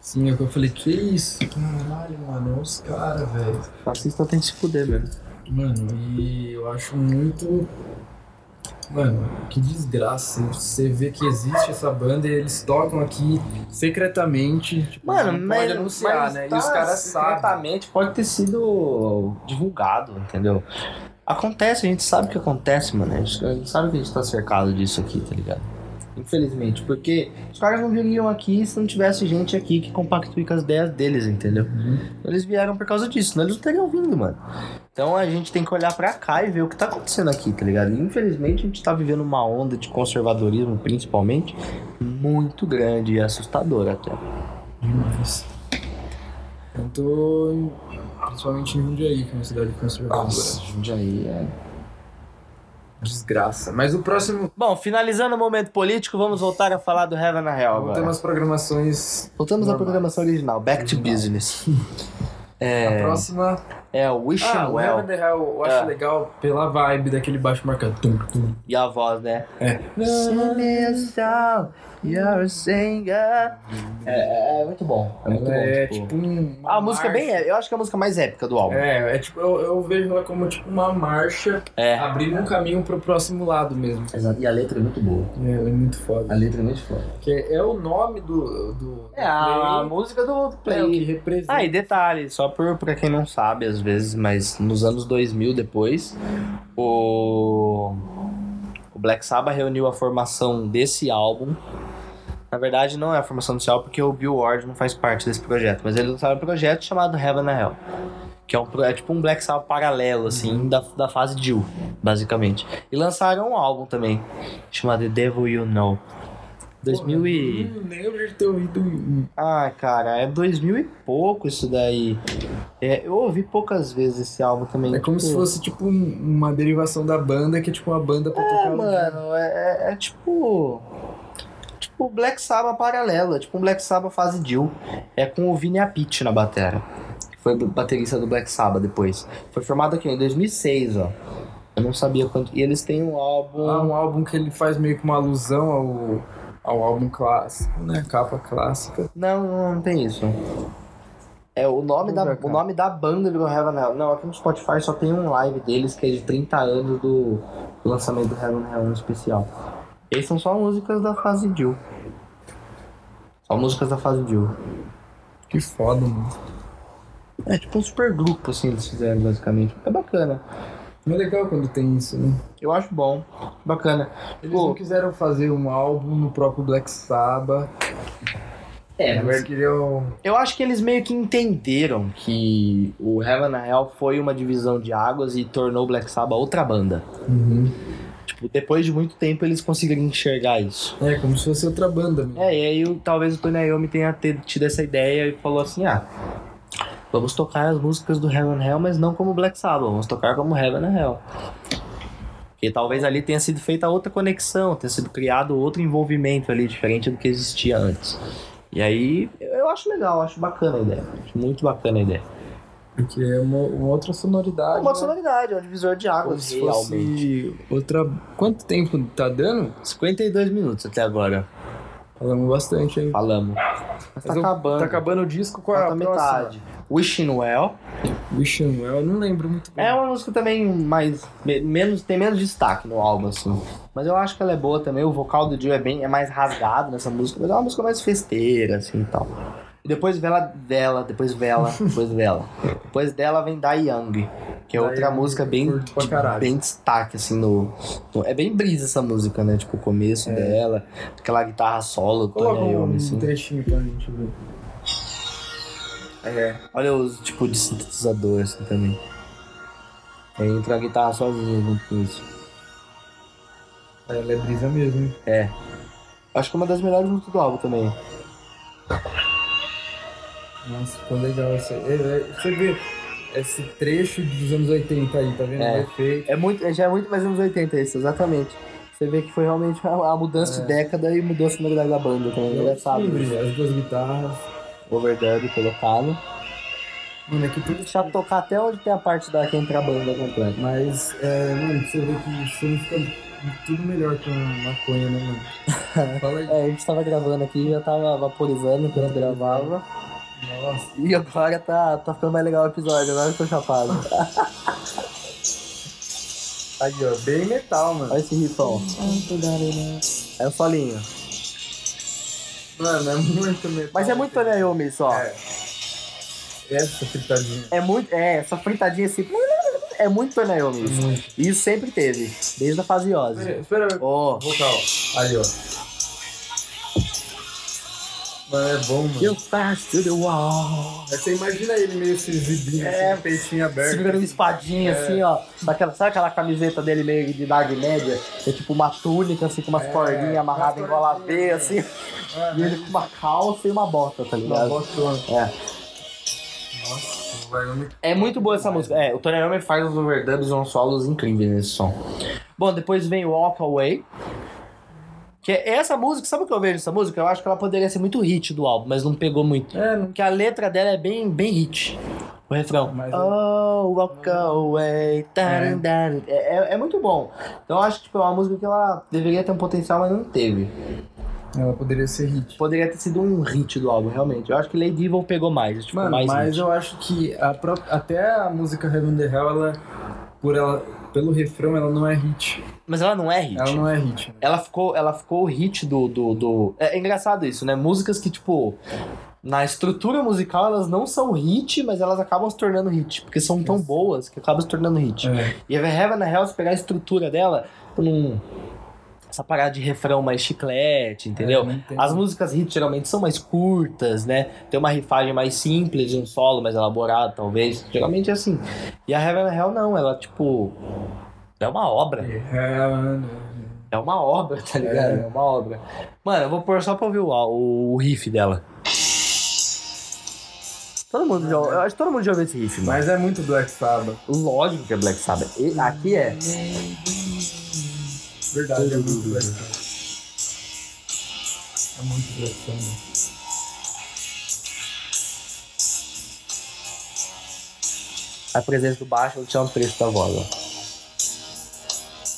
Sim, é o que eu falei, que isso? Caralho, mano, é os caras, velho.
Fascista tem que se fuder mesmo.
Mano, e eu acho muito. Mano, que desgraça. Você vê que existe essa banda e eles tocam aqui secretamente. Tipo,
Mano,
não
mas,
pode anunciar,
mas
né?
tá
e os caras sabem.
secretamente pode ter sido divulgado, entendeu? Acontece, a gente sabe que acontece, mano. A gente, a gente sabe que a gente tá cercado disso aqui, tá ligado? Infelizmente, porque os caras não viriam aqui se não tivesse gente aqui que compactue com as ideias deles, entendeu? Eles vieram por causa disso, senão eles não teriam vindo, mano. Então a gente tem que olhar pra cá e ver o que tá acontecendo aqui, tá ligado? E, infelizmente a gente tá vivendo uma onda de conservadorismo, principalmente, muito grande e assustadora até.
Demais. Eu tô. em- Ah, Principalmente em Jundiaí, que é uma cidade conservadora.
Nossa, Jundiaí é.
Desgraça. Mas o próximo.
Bom, finalizando o momento político, vamos voltar a falar do Heaven na Real
Vamos ter
agora.
umas programações.
Voltamos à
Normal.
programação original, Back to Business.
A
É,
próxima.
é o Wish
Ah,
Him
o
Well
Heaven the Hell eu acho
É.
legal pela vibe daquele baixo marcando. Tum, tum.
e a voz, né?
É.
Sing me a song, you're a singer. É, é muito bom. É muito bom.
é
tipo-
tipo um.
Ah, a música é bem. Eu acho que é a música mais épica do álbum.
É, é tipo, eu, eu vejo ela como tipo uma marcha
É.
abrindo um caminho pro próximo lado mesmo.
Exato. E a letra é muito boa.
É, ela é muito foda.
letra é muito foda.
Que é, é o nome do. do
É a
do
música do
play, é o que
Play.
representa.
Ah, e detalhe, só por, pra quem não sabe, às vezes, mas nos anos 2000 depois, o, o Black Sabbath reuniu a formação desse álbum. Na verdade, não é a formação desse álbum, porque o Bill Ward não faz parte desse projeto, mas ele lançaram um projeto chamado Heaven and Hell. Que é, um, pro- é tipo um Black Sabbath paralelo, assim, da, da fase Jill, basicamente. E lançaram um álbum também, chamado The Devil You Know. 2000 e...
Não lembro de ter ouvido. um,
Ah, cara, é 2000 e pouco isso daí. É, eu ouvi poucas vezes esse álbum também.
É como
tipo,
se fosse tipo um- uma derivação da banda, que é tipo uma banda pra
É,
tocar.
mano, é, é- é tipo. Tipo Black Sabbath paralelo, é tipo um Black Sabbath fase Jill. É com o Vini Apit na batera. Que foi do- baterista do Black Sabbath depois. Foi formado aqui em 2006, ó. Eu não sabia quanto. E eles têm um álbum.
Ah, um álbum que ele faz meio que uma alusão ao, ao álbum clássico, né? Capa clássica.
Não, não, não tem isso. É o nome,
Vamos
da,
ver, cara.
o nome da banda do Heaven and Hell. Não, aqui no Spotify só tem um live deles que é de 30 anos do, do lançamento do Heaven and Hell no especial. Eles são só músicas da fase Jill. Só músicas da fase Jill.
Que foda, mano.
É tipo um super grupo, assim, eles fizeram, basicamente. É bacana.
Não é legal quando tem isso, né?
Eu acho bom. Bacana.
Eles
Pô.
não quiseram fazer um álbum no próprio Black Sabbath.
É,
eles queriam.
Eu acho que eles meio que entenderam que o Heaven and Hell foi uma divisão de águas e tornou o Black Sabbath outra banda.
uhum.
Tipo, depois de muito tempo eles conseguiram enxergar isso.
É, como se fosse outra banda né? mesmo.
É, e aí o- talvez o Tony Iommi tenha ter- tido essa ideia e falou assim, ah, vamos tocar as músicas do Heaven and Hell, mas não como Black Sabbath, vamos tocar como Heaven and Hell. Porque talvez ali tenha sido feita outra conexão, tenha sido criado outro envolvimento ali, diferente do que existia antes. E aí, eu eu acho legal, eu acho bacana a ideia. Acho muito bacana a ideia.
Porque é uma, uma outra
É
sonoridade.
uma
né?
sonoridade, é um divisor de
Como
águas,
se fosse outra. Quanto tempo tá dando?
52 minutos até agora,
Falamos bastante aí.
falamos. Mas tá
Mas eu-
acabando.
Tá acabando o disco com a
Falta
próxima.
metade. Wishing Well.
Wish and Well, não lembro muito bem.
É uma música também mais. me- menos, tem menos destaque no álbum, assim. Mas eu acho que ela é boa também. O vocal do Dio é bem é mais rasgado nessa música, mas é uma música mais festeira, assim e tal. E depois vela, vela, depois vela, depois vela. depois dela vem Die Young, que é
Die
outra
Young,
música bem, tipo,
curto pra caralho.
bem destaque, assim, no, no- É bem brisa essa música, né? Tipo, o começo dela, aquela guitarra solo,
É.
do
Coloca
Tony
um
Iommi, assim.
trechinho pra gente ver. É.
Olha os tipo de sintetizador assim também. Aí entra a guitarra sozinha junto com isso.
Ela é brisa mesmo, hein?
Acho que é uma das melhores músicas do álbum também.
Nossa, ficou legal isso aí. É, é, Você vê esse trecho dos anos 80 aí, tá vendo?
É.
É. Perfeito.
É muito, é- já é muito mais anos 80 isso, exatamente. Você vê que foi realmente a, a mudança
É.
de década e mudou a sonoridade da banda também. É Engraçado.
Livre, as duas guitarras.
né? Overdub colocado. é
Mano, aqui tudo
Deixa eu tocar até onde tem a parte da que entra a banda completa.
Mas, é, mano, você vê que isso não fica tudo melhor que uma maconha, né, mano? Fala aí.
É, a gente tava gravando aqui, já tava vaporizando enquanto gravava.
Nossa.
E agora tá, tá ficando mais legal o episódio, agora eu tô chapado.
Aí, ó, bem metal, mano.
Olha esse riffão. É o solinho.
Mano, é muito metal.
Mas é muito Tony Iommi isso, ó.
É. Essa fritadinha.
É muito. É, essa fritadinha assim. É muito Tony Iommi isso.
Muito.
Isso sempre teve, desde a fase Ozzy.
Espera, espera.
Ó.
Vocal. Aí, ó. Mano, é bom, mano.
You fast to the wall.
Mas você imagina ele meio se exibindo,
É.
assim, peitinho aberto.
Segurando uma espadinha assim, ó. Daquela, sabe aquela camiseta dele meio de Dark Média? É tipo uma túnica, assim, com umas
É,
cordinhas amarradas
umas
igual a
cordinhas,
V,
né?
assim.
Ah,
E ele com uma calça e uma bota, tá
Uma
ligado?
botona.
É.
Nossa. Wyoming.
É muito boa essa música. É, o Tony Iommi faz uns overdubs, uns solos incríveis nesse som. Bom, depois vem Walk Away. Que é essa música, sabe o que eu vejo nessa música? Eu acho que ela poderia ser muito hit do álbum, mas não pegou muito.
É, não
Porque a letra dela é bem, bem hit. O refrão.
Mas-
oh, walk away. taran, taran. É. é- é muito bom. Então eu acho que tipo, é uma música que ela deveria ter um potencial, mas não teve.
Ela poderia ser hit.
Poderia ter sido um hit do álbum, realmente. Eu acho que Lady Evil pegou mais. Tipo,
Mano,
mais
mas
hit.
eu acho que a pró- até a música Heaven the Hell, ela, por ela, pelo refrão, ela não é hit.
mas ela não é hit.
Ela não é hit.
Ela ficou, ela ficou o hit do, do, do- É, é engraçado isso, né? Músicas que, tipo, na estrutura musical elas não são hit, mas elas acabam se tornando hit. Porque são tão
Isso.
boas que acabam se tornando hit.
É.
E a Heaven na Hell, se pegar a estrutura dela, tipo, num. Essa parada de refrão mais chiclete, entendeu?
É, não tem-
As músicas hit geralmente são mais curtas, né? Tem uma rifagem mais simples, um solo mais elaborado, talvez. Geralmente é assim. E a Heaven na Hell não, ela, tipo. É uma obra.
Heaven-
É uma obra, tá ligado? É,
É.
uma obra. Mano, eu vou pôr só pra ouvir o, au- o, riff dela. Todo mundo já, eu acho que todo mundo já ouviu esse riff, mano.
Mas é muito Black Sabbath.
Lógico que é Black Sabbath. E aqui é.
Verdade, é muito Black Sabbath. É muito Black Sabbath.
A presença do baixo eu tinha um trecho da voz, ó.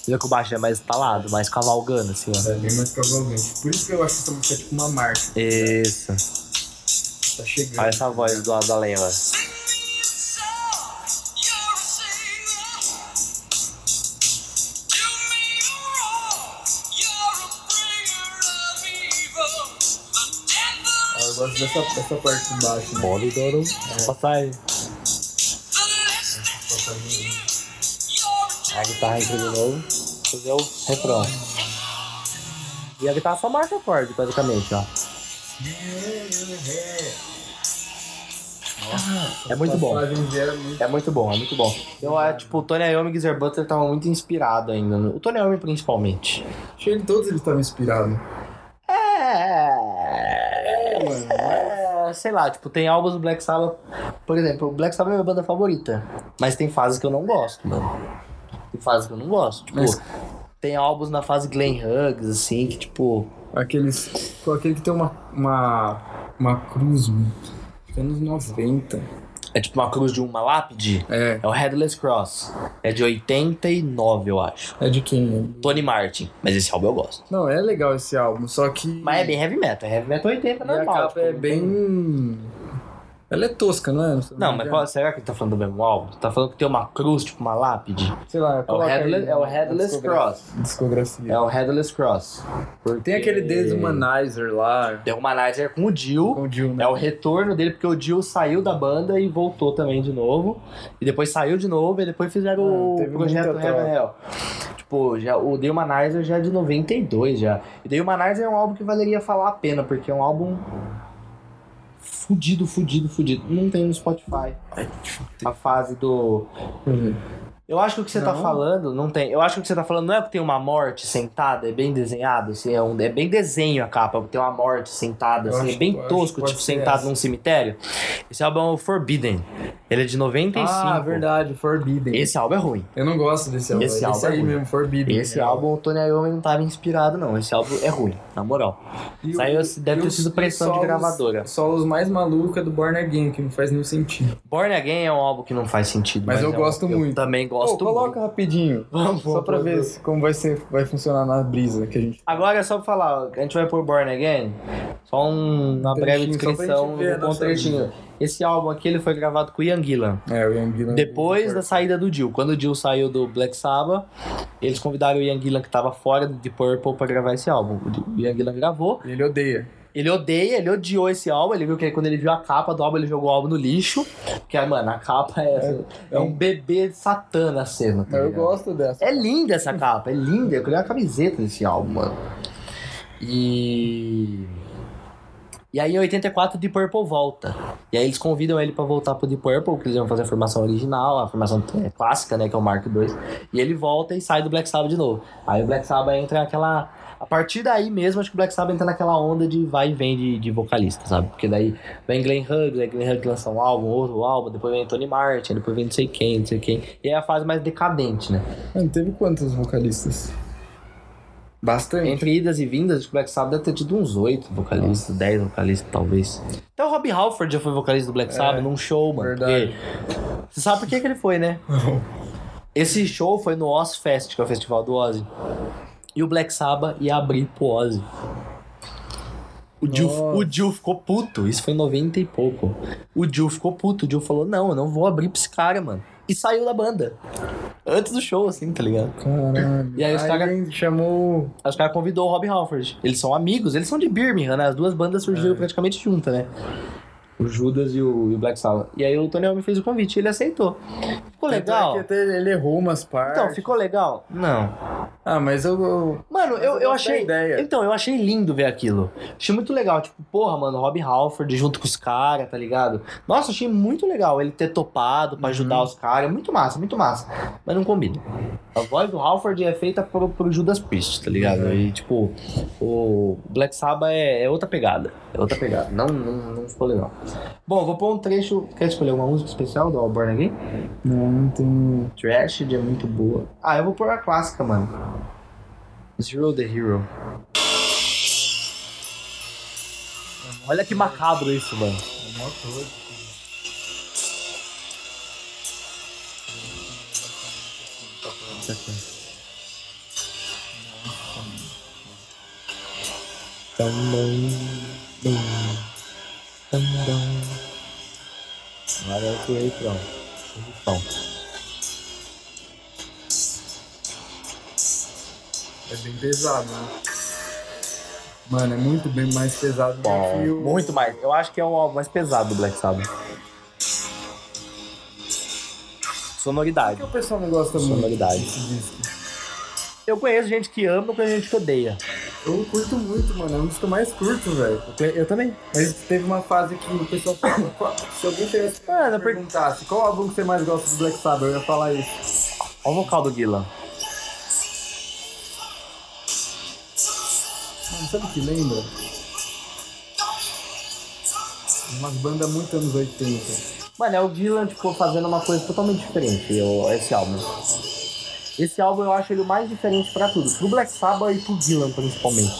Vê que o baixo é mais estalado, mais cavalgando, assim, ó.
É bem mais provavelmente. Por isso que eu acho que essa música é tipo uma marca.
Isso.
Tá chegando.
Olha essa voz do lado da Leila. é.
Ah, Eu gosto dessa, dessa parte de baixo. Né?
Bole, Dorum. Passagem. A guitarra entra de novo. Fazer o refrão. E a guitarra só marca o acorde, basicamente, ó. É muito bom.
Essa passagem era muito-
É muito bom, é muito bom. Eu acho, tipo, o Tony Iommi e Geezer Butler estavam muito inspirados ainda. no- O Tony Iommi, principalmente.
Acho que ele- todos eles estavam inspirados.
É...
É, mano, mas-
É, Sei lá, tipo, tem álbuns do Black Sabbath. Por exemplo, o Black Sabbath é minha banda favorita. Mas tem fases que eu não gosto, mano. Tem fases que eu não gosto. Tipo,
Mas-
tem álbuns na fase Glenn Huggs, assim, que, tipo,
Aqueles. com Aquele que tem uma. Uma, uma cruz, mano. Acho que é Anos 90.
é tipo uma cruz de uma lápide.
É.
É o Headless Cross. É de 89, eu acho.
É de quem?
Tony Martin. Mas esse álbum eu gosto.
Não, é legal esse álbum, só que.
Mas é bem heavy metal. É heavy metal 80,
E a
normal.
capa
tipo,
é
não tem-
bem. Ela é tosca, não é? sei
Não,
se me
mas qual-
engano.
será que ele tá falando do mesmo álbum? Tá falando que tem uma cruz, tipo uma lápide?
Sei lá,
É o
coloca
Headless,
aí
é o
na
headless
discogra-
Cross.
Discografia.
É o Headless Cross. Porque-
Tem aquele Deshumanizer lá.
The Humanizer com o Jill.
Com o Jill, né?
É o retorno dele, porque o Jill saiu da banda e voltou também de novo. E depois saiu de novo, e depois fizeram
Ah,
o
teve
projeto
muita
Heaven Hell. Tipo, já, o The Humanizer já é de 92 já. E The Humanizer é um álbum que valeria falar a pena, porque é um álbum fudido, fudido, fudido. Não tem no Spotify. A fase do. Eu acho que o que você tá
Não.
falando não tem. Eu acho que o que você tá falando não é porque tem uma morte sentada, é bem desenhado, assim, é, um, é bem desenho a capa, porque tem uma morte sentada,
Eu
assim,
acho-
é bem
eu acho que
tosco,
pode
tipo,
ser
sentado
essa.
num cemitério. Esse álbum é o Forbidden. Ele é de 95.
Ah, verdade, Forbidden.
Esse álbum é ruim.
Eu não gosto desse álbum.
Esse
Esse,
álbum é
aí
ruim.
mesmo, Forbidden.
Esse
É.
álbum o Tony Iommi não tava inspirado, não. Esse álbum é ruim, na moral.
E o-
Saiu,
e
deve ter
os-
sido
e
pressão
os
de
solos-
gravadora.
Os solos mais malucos é do Born Again, que não faz nenhum sentido.
Born Again é um álbum que não faz sentido.
Mas eu
é um-
gosto muito.
Eu também
Pô,
gosto
coloca rapidinho.
Vamos,
Só
vamos,
pra
vamos.
ver se- como vai, ser, vai funcionar na brisa que a gente.
Agora é só pra falar, a gente vai pôr Born Again, só um- uma
Um
breve
trechinho, só pra
descrição,
gente ver a
um
nossa
trechinho.
vida.
Esse álbum aqui ele foi gravado com o Ian Gillan.
É, o Young Gillan-
Depois da saída do Jill, quando o Jill saiu do Black Sabbath, eles convidaram o Ian Gillan que tava fora do Deep Purple pra gravar esse álbum. O Ian Gillan gravou,
E Ele odeia.
ele odeia, ele odiou esse álbum, ele viu que quando ele viu a capa do álbum, ele jogou o álbum no lixo, porque, mano, a capa é, é,
é
um
um-
bebê satana a cena, tá
Eu
ligado?
gosto dessa.
É linda essa capa, é linda. Eu queria uma camiseta desse álbum, mano. E. E aí em 84 o Deep Purple volta. E aí eles convidam ele pra voltar pro Deep Purple, que eles iam fazer a formação original, a formação é, clássica, né, que é o Mark II. E ele volta e sai do Black Sabbath de novo. Aí o Black Sabbath entra naquela a partir daí mesmo, acho que o Black Sabbath entra naquela onda de vai e vem de, de vocalista, sabe? Porque daí vem Glenn Hughes, aí Glenn Hughes lança um álbum, outro álbum, depois vem Tony Martin, depois vem não sei quem, não sei quem. E é a fase mais decadente, né?
Mano, teve quantos vocalistas? Bastante.
Entre idas e vindas, acho que o Black Sabbath deve ter tido uns oito vocalistas, dez vocalistas, talvez. Até o Rob Halford já foi vocalista do Black Sabbath num show, mano.
É, verdade.
porque- Você sabe por que, que ele foi, né? Esse show foi no Oz Fest, que é o festival do Ozzy. E o Black Sabbath ia abrir pro Ozzy. O Jill,
Nossa.
o Jill ficou puto, isso foi em 90 e pouco. O Jill ficou puto, o Jill falou: Não, eu não vou abrir pra esse cara, mano. E saiu da banda. Antes do show, assim, tá ligado?
Caralho.
E aí os cara-
ele chamou.
Aí os caras convidou o Rob Halford. Eles são amigos, eles são de Birmingham, né? As duas bandas surgiram praticamente juntas, né? O Judas e o, e o Black Sabbath. E aí o Tony Iommi fez o convite, e ele aceitou. Ficou legal?
Tanto é que até ele errou umas partes.
Então, ficou legal? Não.
Ah, mas eu. eu-
Mano, eu, eu
gosto da
achei.
ideia.
Então, eu achei lindo ver aquilo. Achei muito legal. Tipo, porra, mano, Rob Halford junto com os caras, tá ligado? Nossa, achei muito legal ele ter topado pra ajudar os caras. Muito massa, muito massa. Mas não combina. A voz do Halford é feita pro, pro Judas Priest, tá ligado?
Uhum.
E, tipo, o Black Sabbath é, é outra pegada. É outra pegada. Não, não, não ficou legal. Bom, vou pôr um trecho. Quer escolher uma música especial do Alborn aqui?
Não, não tem.
Trash é muito boa. Ah, eu vou pôr a clássica, mano. Zero the Hero. Olha que macabro isso, mano. Então, Agora eu tirei pronto. Então.
É bem pesado, né? Mano, é muito bem mais pesado do que o.
Muito mais. Eu acho que é o álbum mais pesado do Black Sabbath.
Por
Sonoridade.
que o pessoal não gosta muito
Sonoridade.
desse disco?
Eu conheço gente que ama, eu conheço gente que odeia.
Eu curto muito, mano. É um dos que eu mais curto, velho.
Eu, conhe- eu também.
Mas teve uma fase que o pessoal falou. "Qual- Se alguém tivesse
Mano,
mano,
porque-
perguntasse qual álbum que você mais gosta do Black Sabbath, eu ia falar isso.
Olha o vocal do Dylan.
Mano, sabe o que lembra? Umas bandas muito anos 80.
Mano, é o Dylan, tipo, fazendo uma coisa totalmente diferente, eu- esse álbum. Esse álbum eu acho ele o mais diferente pra tudo. Pro Black Sabbath e pro Dylan, principalmente.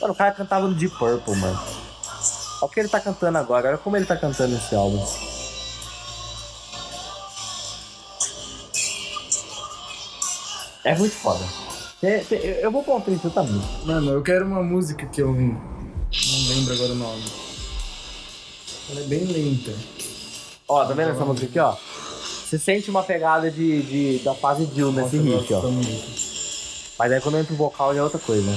Mano, o cara cantava no Deep Purple, mano. Olha o que ele tá cantando agora, olha como ele tá cantando esse álbum. É muito foda. Tem- tem- eu- eu vou pôr um trecho da música.
Mano, eu quero uma música que eu não lembro agora o nome. Ela é bem lenta.
Ó, tá vendo essa música aqui, ó? Você sente uma pegada de, de- da fase Dylan nesse
eu
riff,
gosto
ó.
da música.
Mas aí quando entra o vocal já é outra coisa.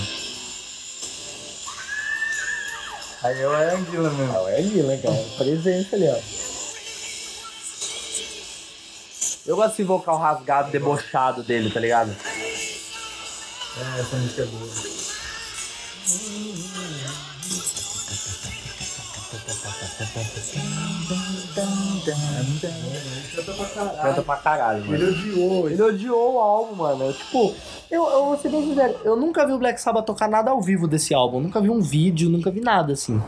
Aí eu era Anguila mesmo.
é Dylan, cara. Presença ali, ó. Eu gosto desse vocal rasgado, debochado dele, tá ligado?
É, essa música é boa. Canta tá pra caralho.
Canta pra caralho, mano.
Ele odiou.
Ele odiou o álbum, mano. Eu, Tipo, eu, eu vou ser bem sincero, eu nunca vi o Black Sabbath tocar nada ao vivo desse álbum. Nunca vi um vídeo, nunca vi nada, assim.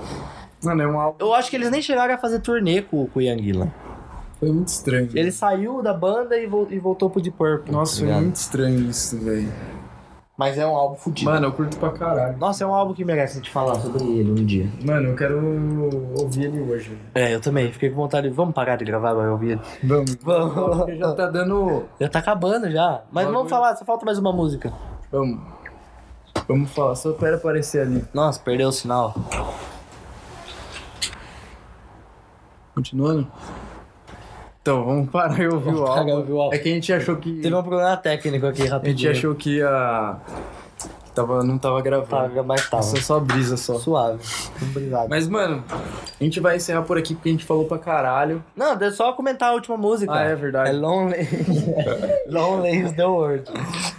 Mano, é um álbum.
Eu acho que eles nem chegaram a fazer turnê com, com o Ian Gillan.
Foi muito estranho.
Ele saiu da banda e, vol- e voltou pro Deep Purple.
Nossa,
tá
foi
ligado?
muito estranho isso, velho.
Mas é um álbum fudido.
Mano, eu curto pra caralho.
Nossa, é um álbum que merece a gente falar sobre ele um dia.
Mano, eu quero ouvir ele hoje.
É, eu também. Fiquei com vontade. Vamos parar de gravar agora, eu vi.
Vamos.
Vamos.
Porque já tá dando.
Já tá acabando já. Mas vamos
Bagulho.
falar, só falta mais uma música.
Vamos. Vamos falar, só espera aparecer ali.
Nossa, perdeu o sinal.
Continuando? Então, vamos parar e ouvir o
Vamos parar e ouvir o
álbum.
álbum.
É que É a gente achou que.
Teve um problema técnico aqui,
A gente
rapidinho.
achou que ia Tava, não tava gravando.
Tava, mas tava.
Nossa, só brisa só.
Suave. Um brisado.
Mas, mano, a gente vai encerrar por aqui porque a gente falou pra caralho.
Não, é só comentar a última música.
Ah, é verdade.
É Lonely. Lonely is the World.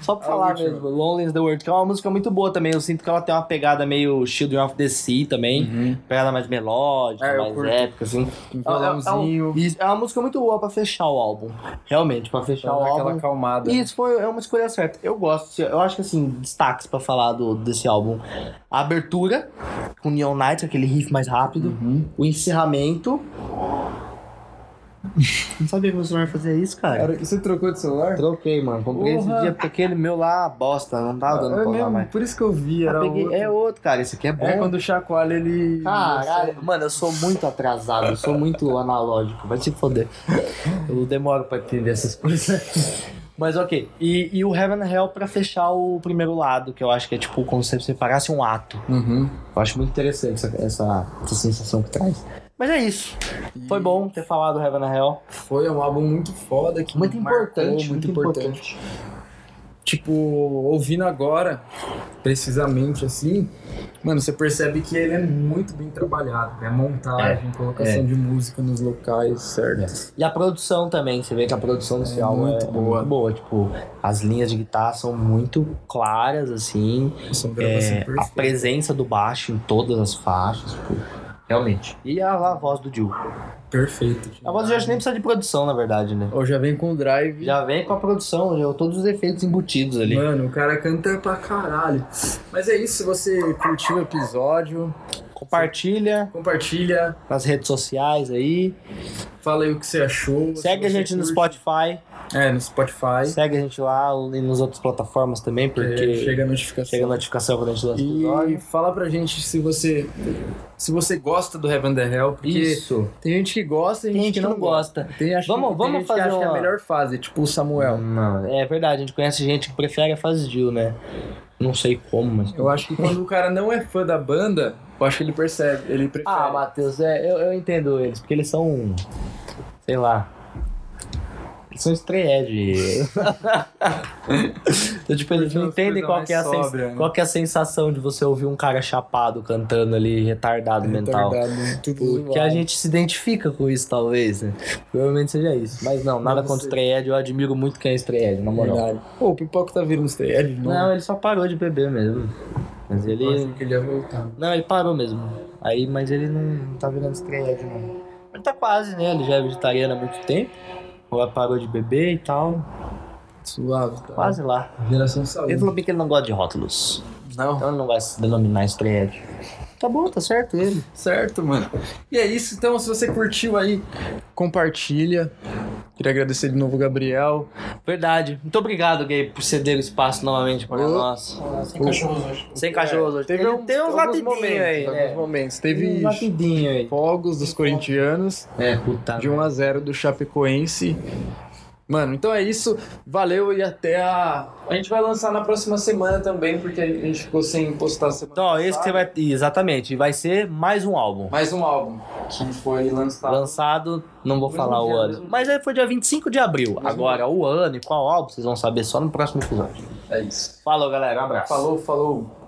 Só pra
A
falar
última.
mesmo, Lonely is the World, que é uma música muito boa também. Eu sinto que ela tem uma pegada meio Children of the Sea também. Pegada mais melódica,
Uhum. É, eu
mais
curto.
épica, assim.
Um
É- é- é um-
violãozinho.
Isso, É uma música muito boa pra fechar o álbum. Realmente, pra fechar
Pra
o
dar
álbum.
aquela calmada.
Isso foi é uma escolha certa. Eu gosto, eu acho que assim, destaques pra falar do, desse álbum. A abertura, com Neon Knights, aquele riff mais rápido.
Uhum.
O encerramento. Não sabia que o celular fazia isso, cara.
Cara, Você trocou de celular?
Troquei, mano. Comprei
Porra.
esse dia porque aquele meu lá, bosta, não tava dando
é
pra usar
mesmo,
mais.
por isso que eu vi, era
Eu peguei-
outro.
É outro, cara. Esse aqui é bom.
É quando o chacoalha ele.
Caralho, mano, eu sou muito atrasado, eu sou muito analógico, vai se foder. Eu demoro pra entender essas coisas. Mas ok, e, e o Heaven and Hell pra fechar o primeiro lado, que eu acho que é tipo como se você parasse um ato.
Uhum.
Eu acho muito interessante essa, essa, essa sensação que traz. Mas é isso. Foi bom ter falado do Heaven and Hell.
Foi um álbum muito foda que
Muito
marcou,
importante, muito, importante.
Tipo, ouvindo agora, precisamente assim, mano, você percebe que ele é muito bem trabalhado. É montagem, colocação
é.
de música nos locais, certo?
E a produção também, você vê que a produção desse
É
álbum
muito
é,
boa.
é muito boa. Tipo, as linhas de guitarra são muito claras, assim.
São gravações
É, a
perfeitas.
presença do baixo em todas as faixas, tipo, realmente. E a, a voz do Jill.
Perfeito.
A voz do Josh nem precisa de produção, na verdade, né?
Ou já vem com o drive.
Já vem com a produção, já, é todos os efeitos embutidos ali.
Mano, o cara canta pra caralho. Mas é isso, se você curtiu o episódio,
Compartilha
compartilha,
nas redes sociais aí.
fala aí o que você achou. se
Segue a
você
gente no
curte.
Spotify.
É, no Spotify.
Segue a gente lá e nas outras plataformas também,
Porque
porque chega,
É, chega a notificação.
a notificação quando a gente lança o
E
episódio.
fala pra gente se você se você gosta do Heaven the Hell, porque
Isso.
tem gente que gosta e
Tem gente que não gosta.
Tem, acho,
Vamos-
tem
vamos
gente
fazer
que acha que é a
uma-
melhor fase, tipo o Samuel.
Não, é verdade, a gente conhece gente que prefere a fase Jill, né? Não sei como, mas.
Eu acho que quando o cara não é fã da banda, eu acho que ele percebe, ele prefere.
Ah, Matheus, é, eu, eu entendo eles, porque eles são. Sei lá. Eles são estreia de. então, tipo, eles
Porque
não
os
entendem
coisas
qual
mais
que, é a sens-
sóbria, né?
qual que é a sensação de você ouvir um cara chapado cantando ali, retardado mental.
Retardado, Uhum. tudo
Porque a
zoado.
gente se identifica com isso, talvez, né? Provavelmente seja isso. Mas não, nada
Não
contra
sei.
o Treyed, eu admiro muito quem é Treyed, na moral.
Verdade. Pô, o Pipoca tá virando estreia de novo.
Não, ele só parou de beber mesmo. Mas
Eu
ele.
achei que ele ia voltar.
Não, ele parou mesmo. Aí, mas ele não, não tá virando estreia não. Mas tá quase, né? Ele já é vegetariano há muito tempo. Ou parou de beber e tal.
Suave, tá?
Quase lá.
Geração
Ele
saúde.
falou bem que ele não gosta de rótulos.
Não. tá
Então ele não vai se denominar estreia. Tá bom, tá certo ele.
Certo, mano. E é isso, então, se você curtiu aí, compartilha. Queria agradecer de novo o Gabriel.
Verdade. Muito obrigado, Gay, por ceder o espaço novamente pra
Ô.
nós.
Sem cachorros hoje.
Sem cachorros
É,
hoje. Teve, um, teve uns latidinhos aí,
Alguns
né?
momentos.
Uns
Teve
latidinhos aí.
fogos dos corintianos,
É, puta.
de 1 a 0 do Chapecoense. Mano, então é isso. Valeu e até a... A gente vai lançar na próxima semana também, porque a gente ficou sem postar semana
Então, ó, esse que você
passada.
vai. Exatamente. Vai ser mais um álbum.
Mais um álbum que foi lançado.
Lançado, não vou
Mesmo
falar
dia,
o ano.
mesmo
Mas aí foi dia 25 de abril. Agora, o ano e qual álbum, vocês vão saber só no próximo episódio.
É isso.
Falou, galera. Um abraço.
Falou, falou.